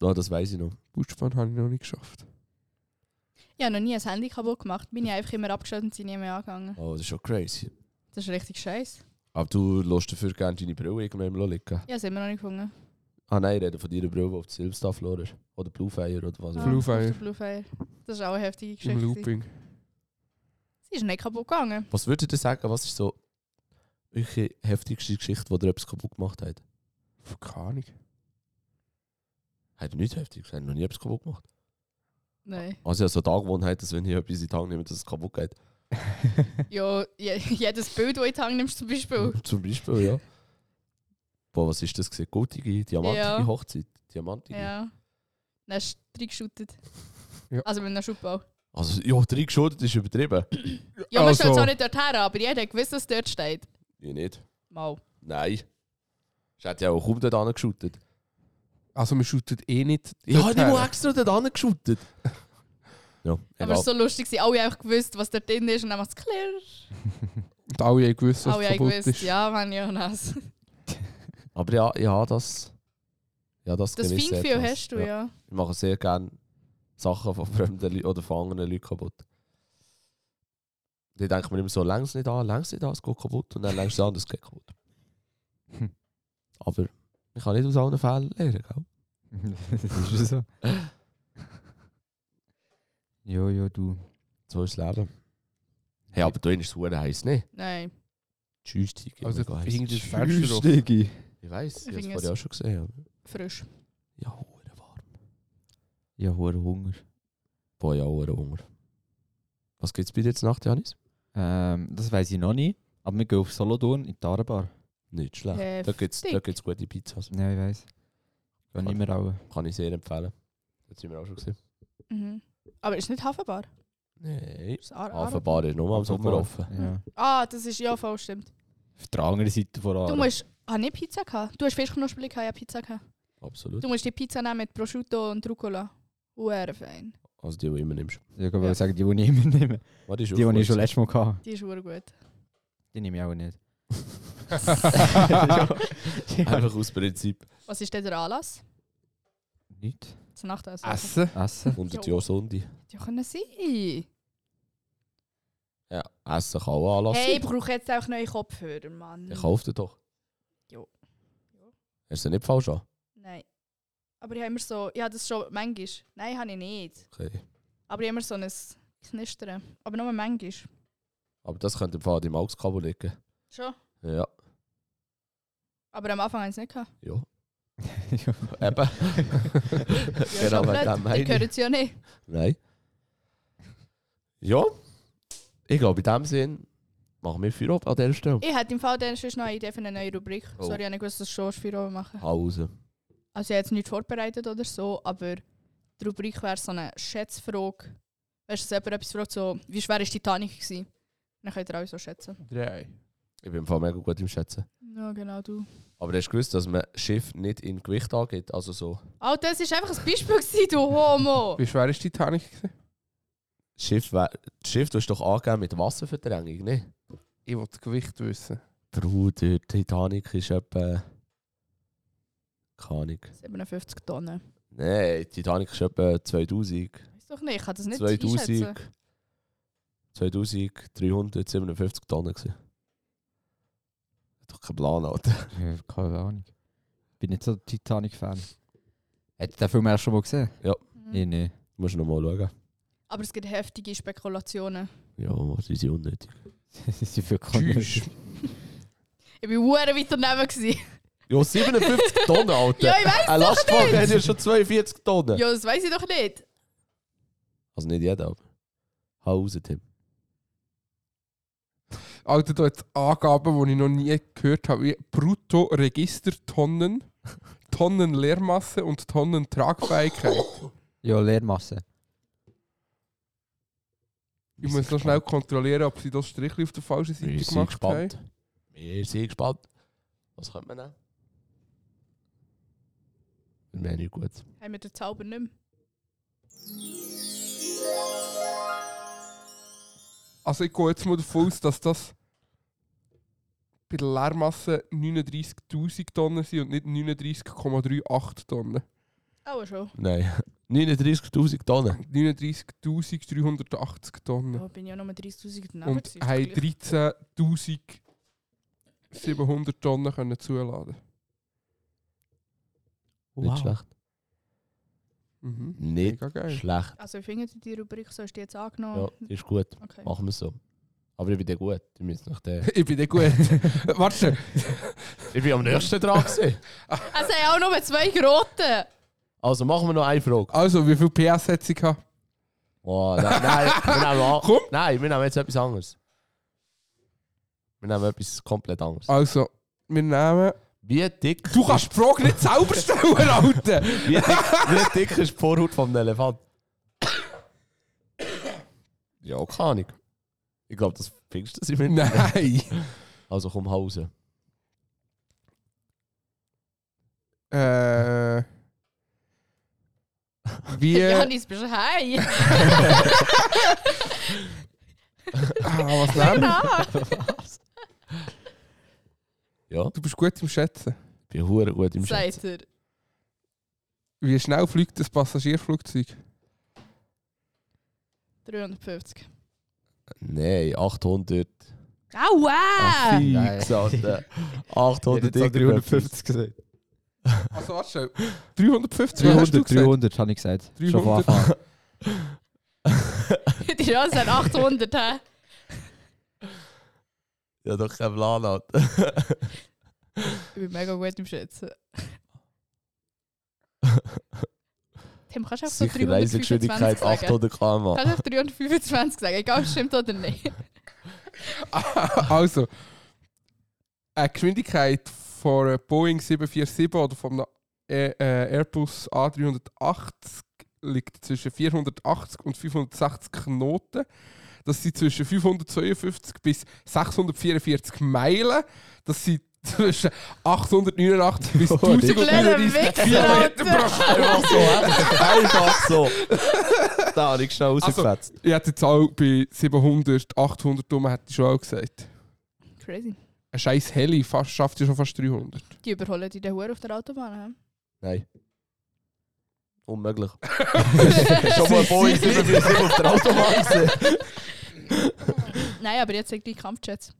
Speaker 1: Ja, Ah, das weiß ich noch.
Speaker 3: Buschbahn habe ich noch nicht geschafft.
Speaker 4: Ich habe noch nie ein Handy kaputt gemacht. Bin ich einfach immer abgestellt und sie nie mehr angegangen.
Speaker 1: Oh, das ist schon crazy.
Speaker 4: Das ist richtig scheiße.
Speaker 1: Aber du lässt dafür gerne deine Brille irgendwo im Loch liegen.
Speaker 4: Ich habe es immer noch nicht gefunden.
Speaker 1: Ah nein, ich rede von deiner Brille, die auf die Silvestar verloren ist. Oder Also Bluefire oder was auch
Speaker 4: Ah,
Speaker 1: immer.
Speaker 3: Blue Fire.
Speaker 4: auf der Blue Fire. Das ist auch eine heftige
Speaker 3: Im
Speaker 4: Geschichte. gewesen.
Speaker 3: Looping.
Speaker 4: Sie ist nicht kaputt gegangen.
Speaker 1: Was würdet ihr sagen, was ist so eure heftigste Geschichte, wo ihr etwas kaputt gemacht habt?
Speaker 3: Keine Ahnung.
Speaker 1: Habt ihr nichts Heftiges? Habt ihr noch nie etwas kaputt gemacht?
Speaker 4: Nein.
Speaker 1: Also ich habe so die Angewohnheit, dass wenn ich etwas in die Hand nehme, dass es kaputt geht.
Speaker 4: Ja, je, jedes Bild, das du in die Hand nimmst, zum Beispiel.
Speaker 1: Zum Beispiel, ja. Boah, was ist das gesehen? Gotige, diamantige
Speaker 4: Ja.
Speaker 1: Hochzeit. Diamantige.
Speaker 4: Ja. Dann hast du reingeschüttet.
Speaker 3: Ja.
Speaker 4: Also mit einem Schubbau.
Speaker 1: Also, ja, drei geschuldet ist übertrieben.
Speaker 4: Ja, man
Speaker 3: Also.
Speaker 4: stellt es auch nicht dort her, aber jeder hat gewusst, dass es dort steht.
Speaker 1: Ich nicht.
Speaker 4: Mal.
Speaker 1: Nein. Ich hätte ja auch kaum dort angeschuldet.
Speaker 3: Also man shootet eh nicht.
Speaker 1: Ich habe
Speaker 3: dort
Speaker 1: nicht mal
Speaker 3: her.
Speaker 1: extra dort angeschuldet. ja,
Speaker 4: Aber es
Speaker 1: egal.
Speaker 4: war so lustig, gewesen. alle haben auch gewusst, was dort drin ist und dann macht es klirr.
Speaker 3: Und alle haben gewusst, was
Speaker 4: Alle haben
Speaker 3: kaputt
Speaker 4: gewusst,
Speaker 3: ist.
Speaker 4: ja, Mann, Jonas.
Speaker 1: Aber ja, ja, das. Ja, das
Speaker 4: Das
Speaker 1: genieße ich
Speaker 4: Feingefühl
Speaker 1: etwas.
Speaker 4: hast du, ja.
Speaker 1: Ich mache sehr gerne Sachen von fremden Leuten oder von anderen Leuten kaputt. Die denken mir immer so, längst nicht an, längst nicht an, es geht kaputt. Und dann längst an, es geht kaputt.
Speaker 2: Hm.
Speaker 1: Aber ich kann nicht aus allen Fällen lernen, gell?
Speaker 2: das ist ja so. Jo, jo, du.
Speaker 1: So ist das Leben. Hey, aber du ist es heiß, ne?
Speaker 4: Nein.
Speaker 1: Tschüss, Tiki.
Speaker 3: Also
Speaker 1: mega heiss.
Speaker 3: irgendwie das Fenster auf.
Speaker 2: Digi.
Speaker 1: Ich weiß, ich
Speaker 4: Ich
Speaker 1: habe es
Speaker 4: finde
Speaker 1: vorher auch schon gesehen. aber-
Speaker 4: Frisch.
Speaker 1: Ja, hure warm.
Speaker 2: Ja, hoher Hunger.
Speaker 1: Boah, ja, hure Hunger. Was gibt's bei dir jetzt Nacht, Janis?
Speaker 2: Ähm, das weiß ich noch nicht. Aber wir gehen auf Solothurn in die Tarbar.
Speaker 1: Nicht schlecht. Da gibt's, da
Speaker 4: Heftig.
Speaker 1: gibt's gute Pizzas.
Speaker 2: Ja, ich weiß. Gehen nicht mehr rauen.
Speaker 1: Kann ich sehr empfehlen. Das sind wir auch schon gesehen.
Speaker 4: Mhm. Aber ist nicht Hafenbar.
Speaker 1: Nein.
Speaker 4: Ist Ar Ar
Speaker 1: Hafenbar ist nur am Sommer offen.
Speaker 2: Ja.
Speaker 4: ah, das ist ja voll, stimmt.
Speaker 2: Auf der anderen Seite von
Speaker 4: Du
Speaker 2: Aare.
Speaker 4: musst. Ah, nicht Pizza gehabt. Du hast Fischknospen gehabt, ja Pizza gehabt.
Speaker 1: Absolut.
Speaker 4: Du musst die Pizza nehmen mit Prosciutto und Rucola. Huere fein.
Speaker 1: Also die, die du immer nimmst.
Speaker 2: Ich wollte sagen, die, die ich immer nehme.
Speaker 1: Was ist
Speaker 2: Die, die ich schon letztes Mal hatte,
Speaker 4: Die ist hure gut.
Speaker 2: die nehme ich auch nicht.
Speaker 1: Einfach aus Prinzip.
Speaker 4: Was ist denn der Anlass?
Speaker 2: Nicht.
Speaker 4: Zum Nachtessen?
Speaker 3: Essen.
Speaker 2: Essen.
Speaker 1: 100
Speaker 4: Ja.
Speaker 1: Jahre Sonde.
Speaker 4: Ja, können sein.
Speaker 1: Ja, Essen kann auch Anlass
Speaker 4: Hey, ich
Speaker 1: sein.
Speaker 4: brauche jetzt auch neue Kopfhörer, Mann.
Speaker 1: Ich kaufe dir doch.
Speaker 4: Jo. Jo.
Speaker 1: Hast du den nicht falsch an?
Speaker 4: Nein. Aber ich habe immer so, ja, das schon manchmal. Nein, habe ich nicht.
Speaker 1: Okay.
Speaker 4: Aber ich habe immer so ein Knistern. Aber nur manchmal.
Speaker 1: Aber das könnte im Fall an deinem Augskabel liegen.
Speaker 4: Schon.
Speaker 1: Ja,
Speaker 4: Aber am Anfang habe ich es nicht gehabt.
Speaker 1: ja.
Speaker 2: Ja.
Speaker 1: Eben.
Speaker 4: Ja, ist aber
Speaker 1: Genau, wegen dem meine
Speaker 4: nicht. Die
Speaker 1: ich.
Speaker 4: hören es ja nicht.
Speaker 1: Nein. Ja. Ich glaube, in dem Sinn machen wir Feierabend an dieser Stelle.
Speaker 4: Ich hätte im Fall dann schon noch eine Idee für eine neue Rubrik.
Speaker 1: Oh.
Speaker 4: Sorry, ich habe nicht gewusst, dass ich schon für Uhr machen.
Speaker 1: Hause.
Speaker 4: Also ich habe jetzt nichts vorbereitet oder so, aber die Rubrik wäre so eine Schätzfrage. Weißt du, dass jemand etwas fragt, so, wie schwer ist Titanic gewesen? Dann könnt ihr auch so schätzen.
Speaker 3: Drei.
Speaker 1: Ich bin im Fall mega gut im Schätzen.
Speaker 4: Ja, genau, du.
Speaker 1: Aber hast du gewusst, dass man Schiff nicht in Gewicht angeht? Also so,
Speaker 4: Oh, das war einfach ein Beispiel, gewesen, du Homo!
Speaker 3: Wie schwer ist Titanic? gewesen?
Speaker 1: Schiff, wär- das Schiff tust du doch angeben mit Wasserverdrängung, ne?
Speaker 3: Ich will das Gewicht wissen.
Speaker 1: Bruder, Titanic ist etwa. Keine Ahnung.
Speaker 4: 57 Tonnen.
Speaker 1: Nein, Titanic ist etwa 2000.
Speaker 4: Weiß doch nicht, ich kann das nicht
Speaker 1: 2000.
Speaker 4: einschätzen.
Speaker 1: 2357 Tonnen. Gewesen. Hat doch keinen Plan, Alter.
Speaker 2: Ja, Keine Ahnung. Bin nicht so ein Titanic-Fan. Hättest du den Film erst schon mal gesehen?
Speaker 4: Mhm.
Speaker 2: Nee, nee.
Speaker 1: Musst du nochmal schauen.
Speaker 4: Aber es gibt heftige Spekulationen.
Speaker 1: Ja, was ist unnötig.
Speaker 2: Das ist für
Speaker 3: Tschüss.
Speaker 4: Ich war hure weit daneben. gewesen.
Speaker 1: Ja, 57 Tonnen, Alter.
Speaker 4: Ja, ich weiss
Speaker 1: Ein
Speaker 4: doch
Speaker 1: Lastwagen
Speaker 4: nicht.
Speaker 1: hat ja schon 42 Tonnen.
Speaker 4: Ja, das weiß ich doch nicht.
Speaker 1: Also nicht jeder, aber. Hau raus, Tim.
Speaker 3: Alter, da jetzt Angaben, die ich noch nie gehört habe. Wie Brutto-Registertonnen, Tonnen Leermasse und Tonnen Tragfähigkeit.
Speaker 2: Ja, Leermasse.
Speaker 3: Ich muss noch schnell kontrollieren, ob sie das Strichli auf der falschen Seite
Speaker 1: Wir sind
Speaker 3: gemacht haben.
Speaker 1: gespannt. Wir sind gespannt. Was könnte man nehmen? Wir haben nicht gut.
Speaker 4: Haben wir den Zauber nicht mehr.
Speaker 3: Also ich gehe jetzt mal davon aus, dass das bei der Leermasse 39'000 Tonnen sind und nicht 39,38 Tonnen.
Speaker 4: Auch schon.
Speaker 1: Nein. 39.000 Tonnen.
Speaker 3: 39'380 Tonnen.
Speaker 4: Da bin ich ja nur 30.000 daneben.
Speaker 3: Und
Speaker 4: gewesen, Oh, ist doch
Speaker 3: haben
Speaker 4: gleich.
Speaker 3: 13'700 Tonnen können zuladen.
Speaker 1: Nicht schlecht.
Speaker 3: Mhm.
Speaker 1: Nicht
Speaker 3: Mega geil.
Speaker 1: schlecht.
Speaker 4: Also, wie findet ihr die Rubrik? So ist die jetzt angenommen?
Speaker 1: Ja, ist gut.
Speaker 4: Okay.
Speaker 1: Machen wir es so. Aber ich bin dann gut. Ich, muss nach der
Speaker 3: Ich bin dann gut. Warte,
Speaker 1: ich bin am nächsten dran. Gewesen.
Speaker 4: Also, ich habe auch nur zwei Groten.
Speaker 1: Also machen wir noch eine Frage.
Speaker 3: also wie viel PS hat sie gehabt?
Speaker 1: Oh, nein, nein, wir nehmen an.
Speaker 3: Komm.
Speaker 1: Nein, wir nehmen jetzt etwas anderes. Wir nehmen etwas komplett anderes.
Speaker 3: Also, wir nehmen...
Speaker 1: Wie dick,
Speaker 3: Du kannst die Frage nicht selber stellen, Alter!
Speaker 1: ist, wie dick, wie dick ist die Vorhaut vom Elefant? ja, keine Ahnung. Ich glaube, das findest du sie mir.
Speaker 3: Nein!
Speaker 1: Also komm Hause.
Speaker 3: Äh. Wie.
Speaker 4: Janis, bist du heim?
Speaker 3: ah, was nehmen wir?
Speaker 1: Ja,
Speaker 3: Du bist gut im Schätzen.
Speaker 1: ich bin hure gut im Schätzen.
Speaker 4: Sagt er.
Speaker 3: Wie schnell fliegt das Passagierflugzeug?
Speaker 4: 350.
Speaker 1: Nein, 800.
Speaker 4: Aua!
Speaker 2: Nein.
Speaker 1: Fix, Alter.
Speaker 2: Ich hätte
Speaker 1: 800
Speaker 2: jetzt auch 350 gesagt.
Speaker 3: Also, warte schnell. 350 hast du
Speaker 2: 300, 300
Speaker 3: gesagt?
Speaker 2: habe ich gesagt. Schon von
Speaker 3: 300.
Speaker 2: Anfang. an.
Speaker 4: Die Chance hat 800, hä?
Speaker 1: Ja, doch kein Plan, Alter.
Speaker 4: Ich bin mega gut im Schätzen. Tim, kannst du auf so
Speaker 1: Sicher Reisegeschwindigkeit
Speaker 4: 325 sagen?
Speaker 1: 800 km.
Speaker 4: Kannst du auf 325 sagen, egal ob es stimmt oder nicht.
Speaker 3: also. Eine Geschwindigkeit von einer Boeing 747 oder von einem äh, äh, Airbus A380 liegt zwischen 480 und 560 Knoten. Das sind zwischen 552 bis 644 Meilen. Das sind Zwischen 889 bis
Speaker 2: Oh, die-
Speaker 3: 1039
Speaker 4: Blöde Wichser,
Speaker 3: Kilometer pro
Speaker 1: Einfach so, einfach so. Da habe ich schnell
Speaker 3: Also-
Speaker 1: rausgefetzt.
Speaker 3: Ich hätte jetzt auch bei 700, 800 rum, hätte ich schon auch gesagt.
Speaker 4: Crazy.
Speaker 3: Ein scheiß Heli fast, schafft ja schon fast 300.
Speaker 4: Die überholen die den Huren auf der Autobahn.
Speaker 1: Nein. Unmöglich. Schon mal Boy 47 auf der Autobahn gesehen.
Speaker 4: hä? Nein, aber jetzt sind die Kampfjets.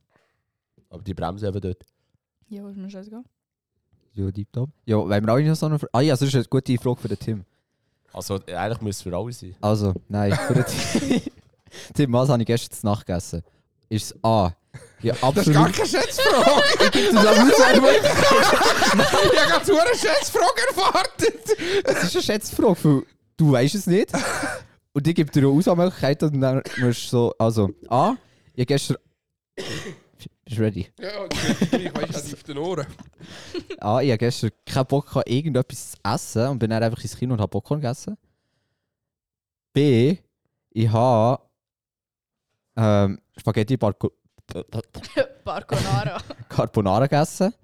Speaker 1: Aber die bremsen eben dort.
Speaker 4: Ja, ist mir scheißegal.
Speaker 2: Ja, deep top. Ja, wollen wir alle noch so eine Frage? Ah ja, das ist eine gute Frage für den Tim.
Speaker 1: Also eigentlich müsste es für alle sein.
Speaker 2: Also, nein, für den Tim. Tim, was habe ich gestern zu Nacht gegessen? Ist es A. Ja,
Speaker 3: Das ist gar
Speaker 2: absolut.
Speaker 3: keine Schätzfrage!
Speaker 2: Das
Speaker 3: ich habe gerade so eine Schätzfrage erwartet!
Speaker 2: ist eine Schätzfrage, weil du weißt es nicht. Und ich gebe dir eine Auswahlmöglichkeit und dann musst du so. Also, A. Ich habe gestern. Bist du ready?
Speaker 3: Ja, ich weiß das auf den Ohren.
Speaker 2: Ah, ich habe gestern keinen Bock gehabt, irgendetwas zu essen und bin dann einfach ins Kino und habe Popcorn gegessen. B. Ich habe ähm, Spaghetti Barco
Speaker 4: Barconara.
Speaker 2: Carbonara gegessen,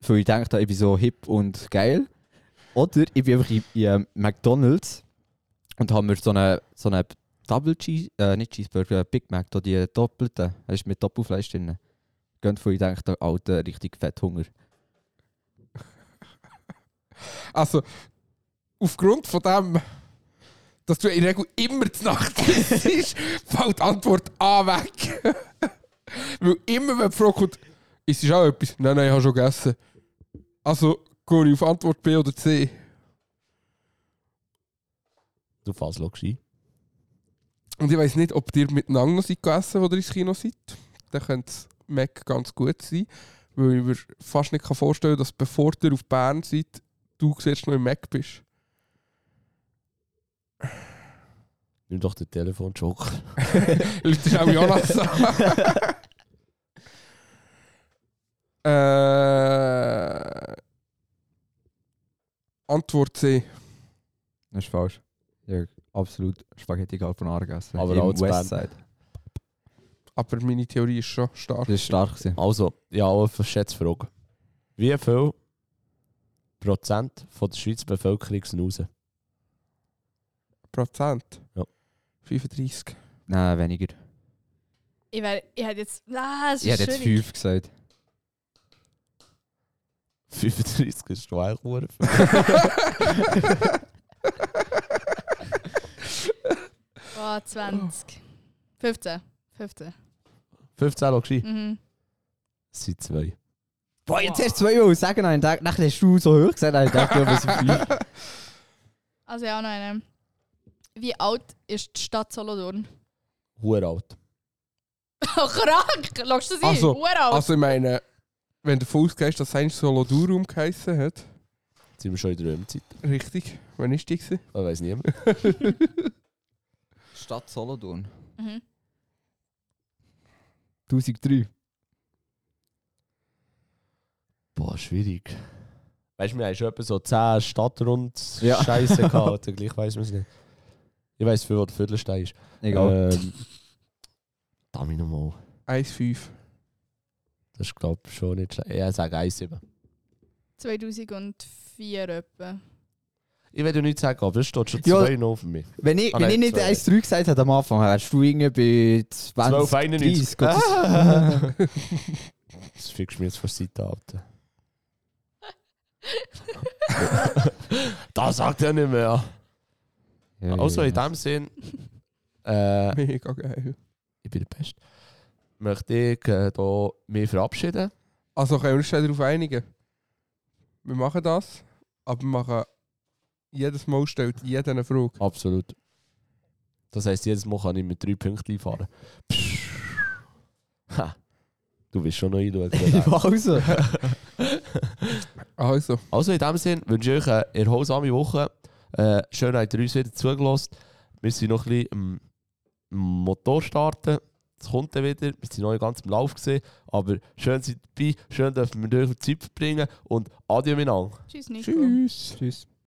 Speaker 2: weil ich dachte, ich bin so hip und geil. Oder ich bin einfach in, in ähm, McDonalds und habe mir so eine, so eine Double Cheese, äh, nicht Cheeseburger, äh, Big Mac, da die doppelte, das ist mit Doppelfleisch drin. Gönnt, weil ich dachte, Alter, richtig fett Hunger.
Speaker 3: Also, aufgrund von dem, dass du in der Regel immer zu Nacht bist, fällt die Antwort A weg. Weil immer, wenn die Frage kommt, ist es auch etwas? Nein, nein, ich habe schon gegessen. Also, gehe ich auf Antwort B oder C.
Speaker 1: Du fährst logisch ein.
Speaker 3: Und ich weiß nicht, ob ihr miteinander noch seid gegessen oder ins Kino seid. Dann könnte es Mac ganz gut sein, weil ich mir fast nicht kann vorstellen kann, dass bevor ihr auf Bern seid, du zuerst noch im Mac bist.
Speaker 1: Nimm doch den Telefon, Joker.
Speaker 3: Leute auch Jonas an. äh, Antwort C.
Speaker 2: Das ist falsch. Ja, absolut Spaghetti Carbonara gegessen.
Speaker 1: Aber
Speaker 2: Im
Speaker 1: auch zu Bern.
Speaker 2: Westside.
Speaker 3: Aber meine Theorie ist schon stark.
Speaker 2: Das ist stark. Gewesen.
Speaker 1: Also, ja, auch eine Schätzfrage. Wie viel Prozent von der Schweizer Bevölkerung sind raus?
Speaker 3: Prozent.
Speaker 1: Ja.
Speaker 3: 35.
Speaker 2: Nein, weniger.
Speaker 4: Ich, wär, ich hätte jetzt. Ah, es
Speaker 2: Ich
Speaker 4: ist
Speaker 2: hätte jetzt
Speaker 4: schwierig.
Speaker 2: 5 gesagt.
Speaker 1: 35 ist doch eigentlich verdammt viel.
Speaker 4: Ah, 20. 15. 15.
Speaker 1: 15 logisch ein.
Speaker 4: Mhm.
Speaker 1: Es sind zwei.
Speaker 2: Boah, jetzt hast du 2 Uhr sagen, nein, dann dann hast du so hoch gesagt, nein, ich dachte, wir sind 5.
Speaker 4: Also ja, noch eine. Wie alt ist die Stadt Solothurn? Oh,
Speaker 1: Hure alt.
Speaker 4: Krank! Lass das ein?
Speaker 3: Also,
Speaker 4: Uralt.
Speaker 3: Also ich meine, wenn der Fußgeist das Science Solodurum geheissen hat.
Speaker 1: Jetzt sind wir schon in der Röhmzeit.
Speaker 3: Richtig. Wann ist die? Gewesen?
Speaker 1: Das weiß niemand.
Speaker 2: Stadt Solothurn.
Speaker 4: mhm.
Speaker 2: 1003.
Speaker 1: Boah, schwierig. Weißt du, wir haben schon etwa so 10 Stadtrund
Speaker 2: Ja.
Speaker 1: Scheiße gehabt. Oder gleich weiß man es nicht. Ich weiß viel, wo der Viertelstein ist.
Speaker 2: Egal.
Speaker 1: Ähm, da mich nochmal.
Speaker 3: 1,5.
Speaker 1: Das ist, glaube ich, schon nicht schlecht. Ich sage 1,7.
Speaker 4: 2004 etwa.
Speaker 1: Ich will ja nichts sagen, aber das steht schon
Speaker 2: Ja.
Speaker 1: 2 noch für mich.
Speaker 2: wenn ich,
Speaker 1: ah,
Speaker 2: wenn
Speaker 1: nein,
Speaker 2: ich nicht
Speaker 1: zwei.
Speaker 2: 1-3 gesagt hätte am Anfang, wärst du irgendwie bei 20,
Speaker 1: 12,91.
Speaker 2: 30.
Speaker 1: Ah.
Speaker 2: Gottes-
Speaker 1: Das fickst du mir jetzt von Seite Alter. das sagt er nicht mehr.
Speaker 2: Ja,
Speaker 1: Also
Speaker 2: ja,
Speaker 1: in
Speaker 2: ja.
Speaker 1: dem Sinn, äh,
Speaker 3: Mega geil.
Speaker 1: ich bin der Beste. Möchte ich äh, da mich verabschieden?
Speaker 3: Also können wir uns schnell darauf einigen. Wir machen das, aber wir machen jedes Mal stellt jeder eine Frage.
Speaker 1: Absolut. Das heisst, jedes Mal kann ich mit drei Punkten einfahren. Ha, du bist schon noch einschauen.
Speaker 2: Also,
Speaker 3: Also,
Speaker 1: Also in dem Sinn wünsche ich euch eine erholsame Woche. Äh, schön, habt ihr uns wieder zugelassen. Wir sind noch ein bisschen am am Motor starten. Es kommt dann wieder. Wir sind noch nicht ganz im Lauf gesehen. Aber schön seid ihr dabei. Schön dürfen wir euch Zeit verbringen. Und adieu miteinander.
Speaker 4: Tschüss, Nico.
Speaker 3: tschüss.
Speaker 2: tschüss.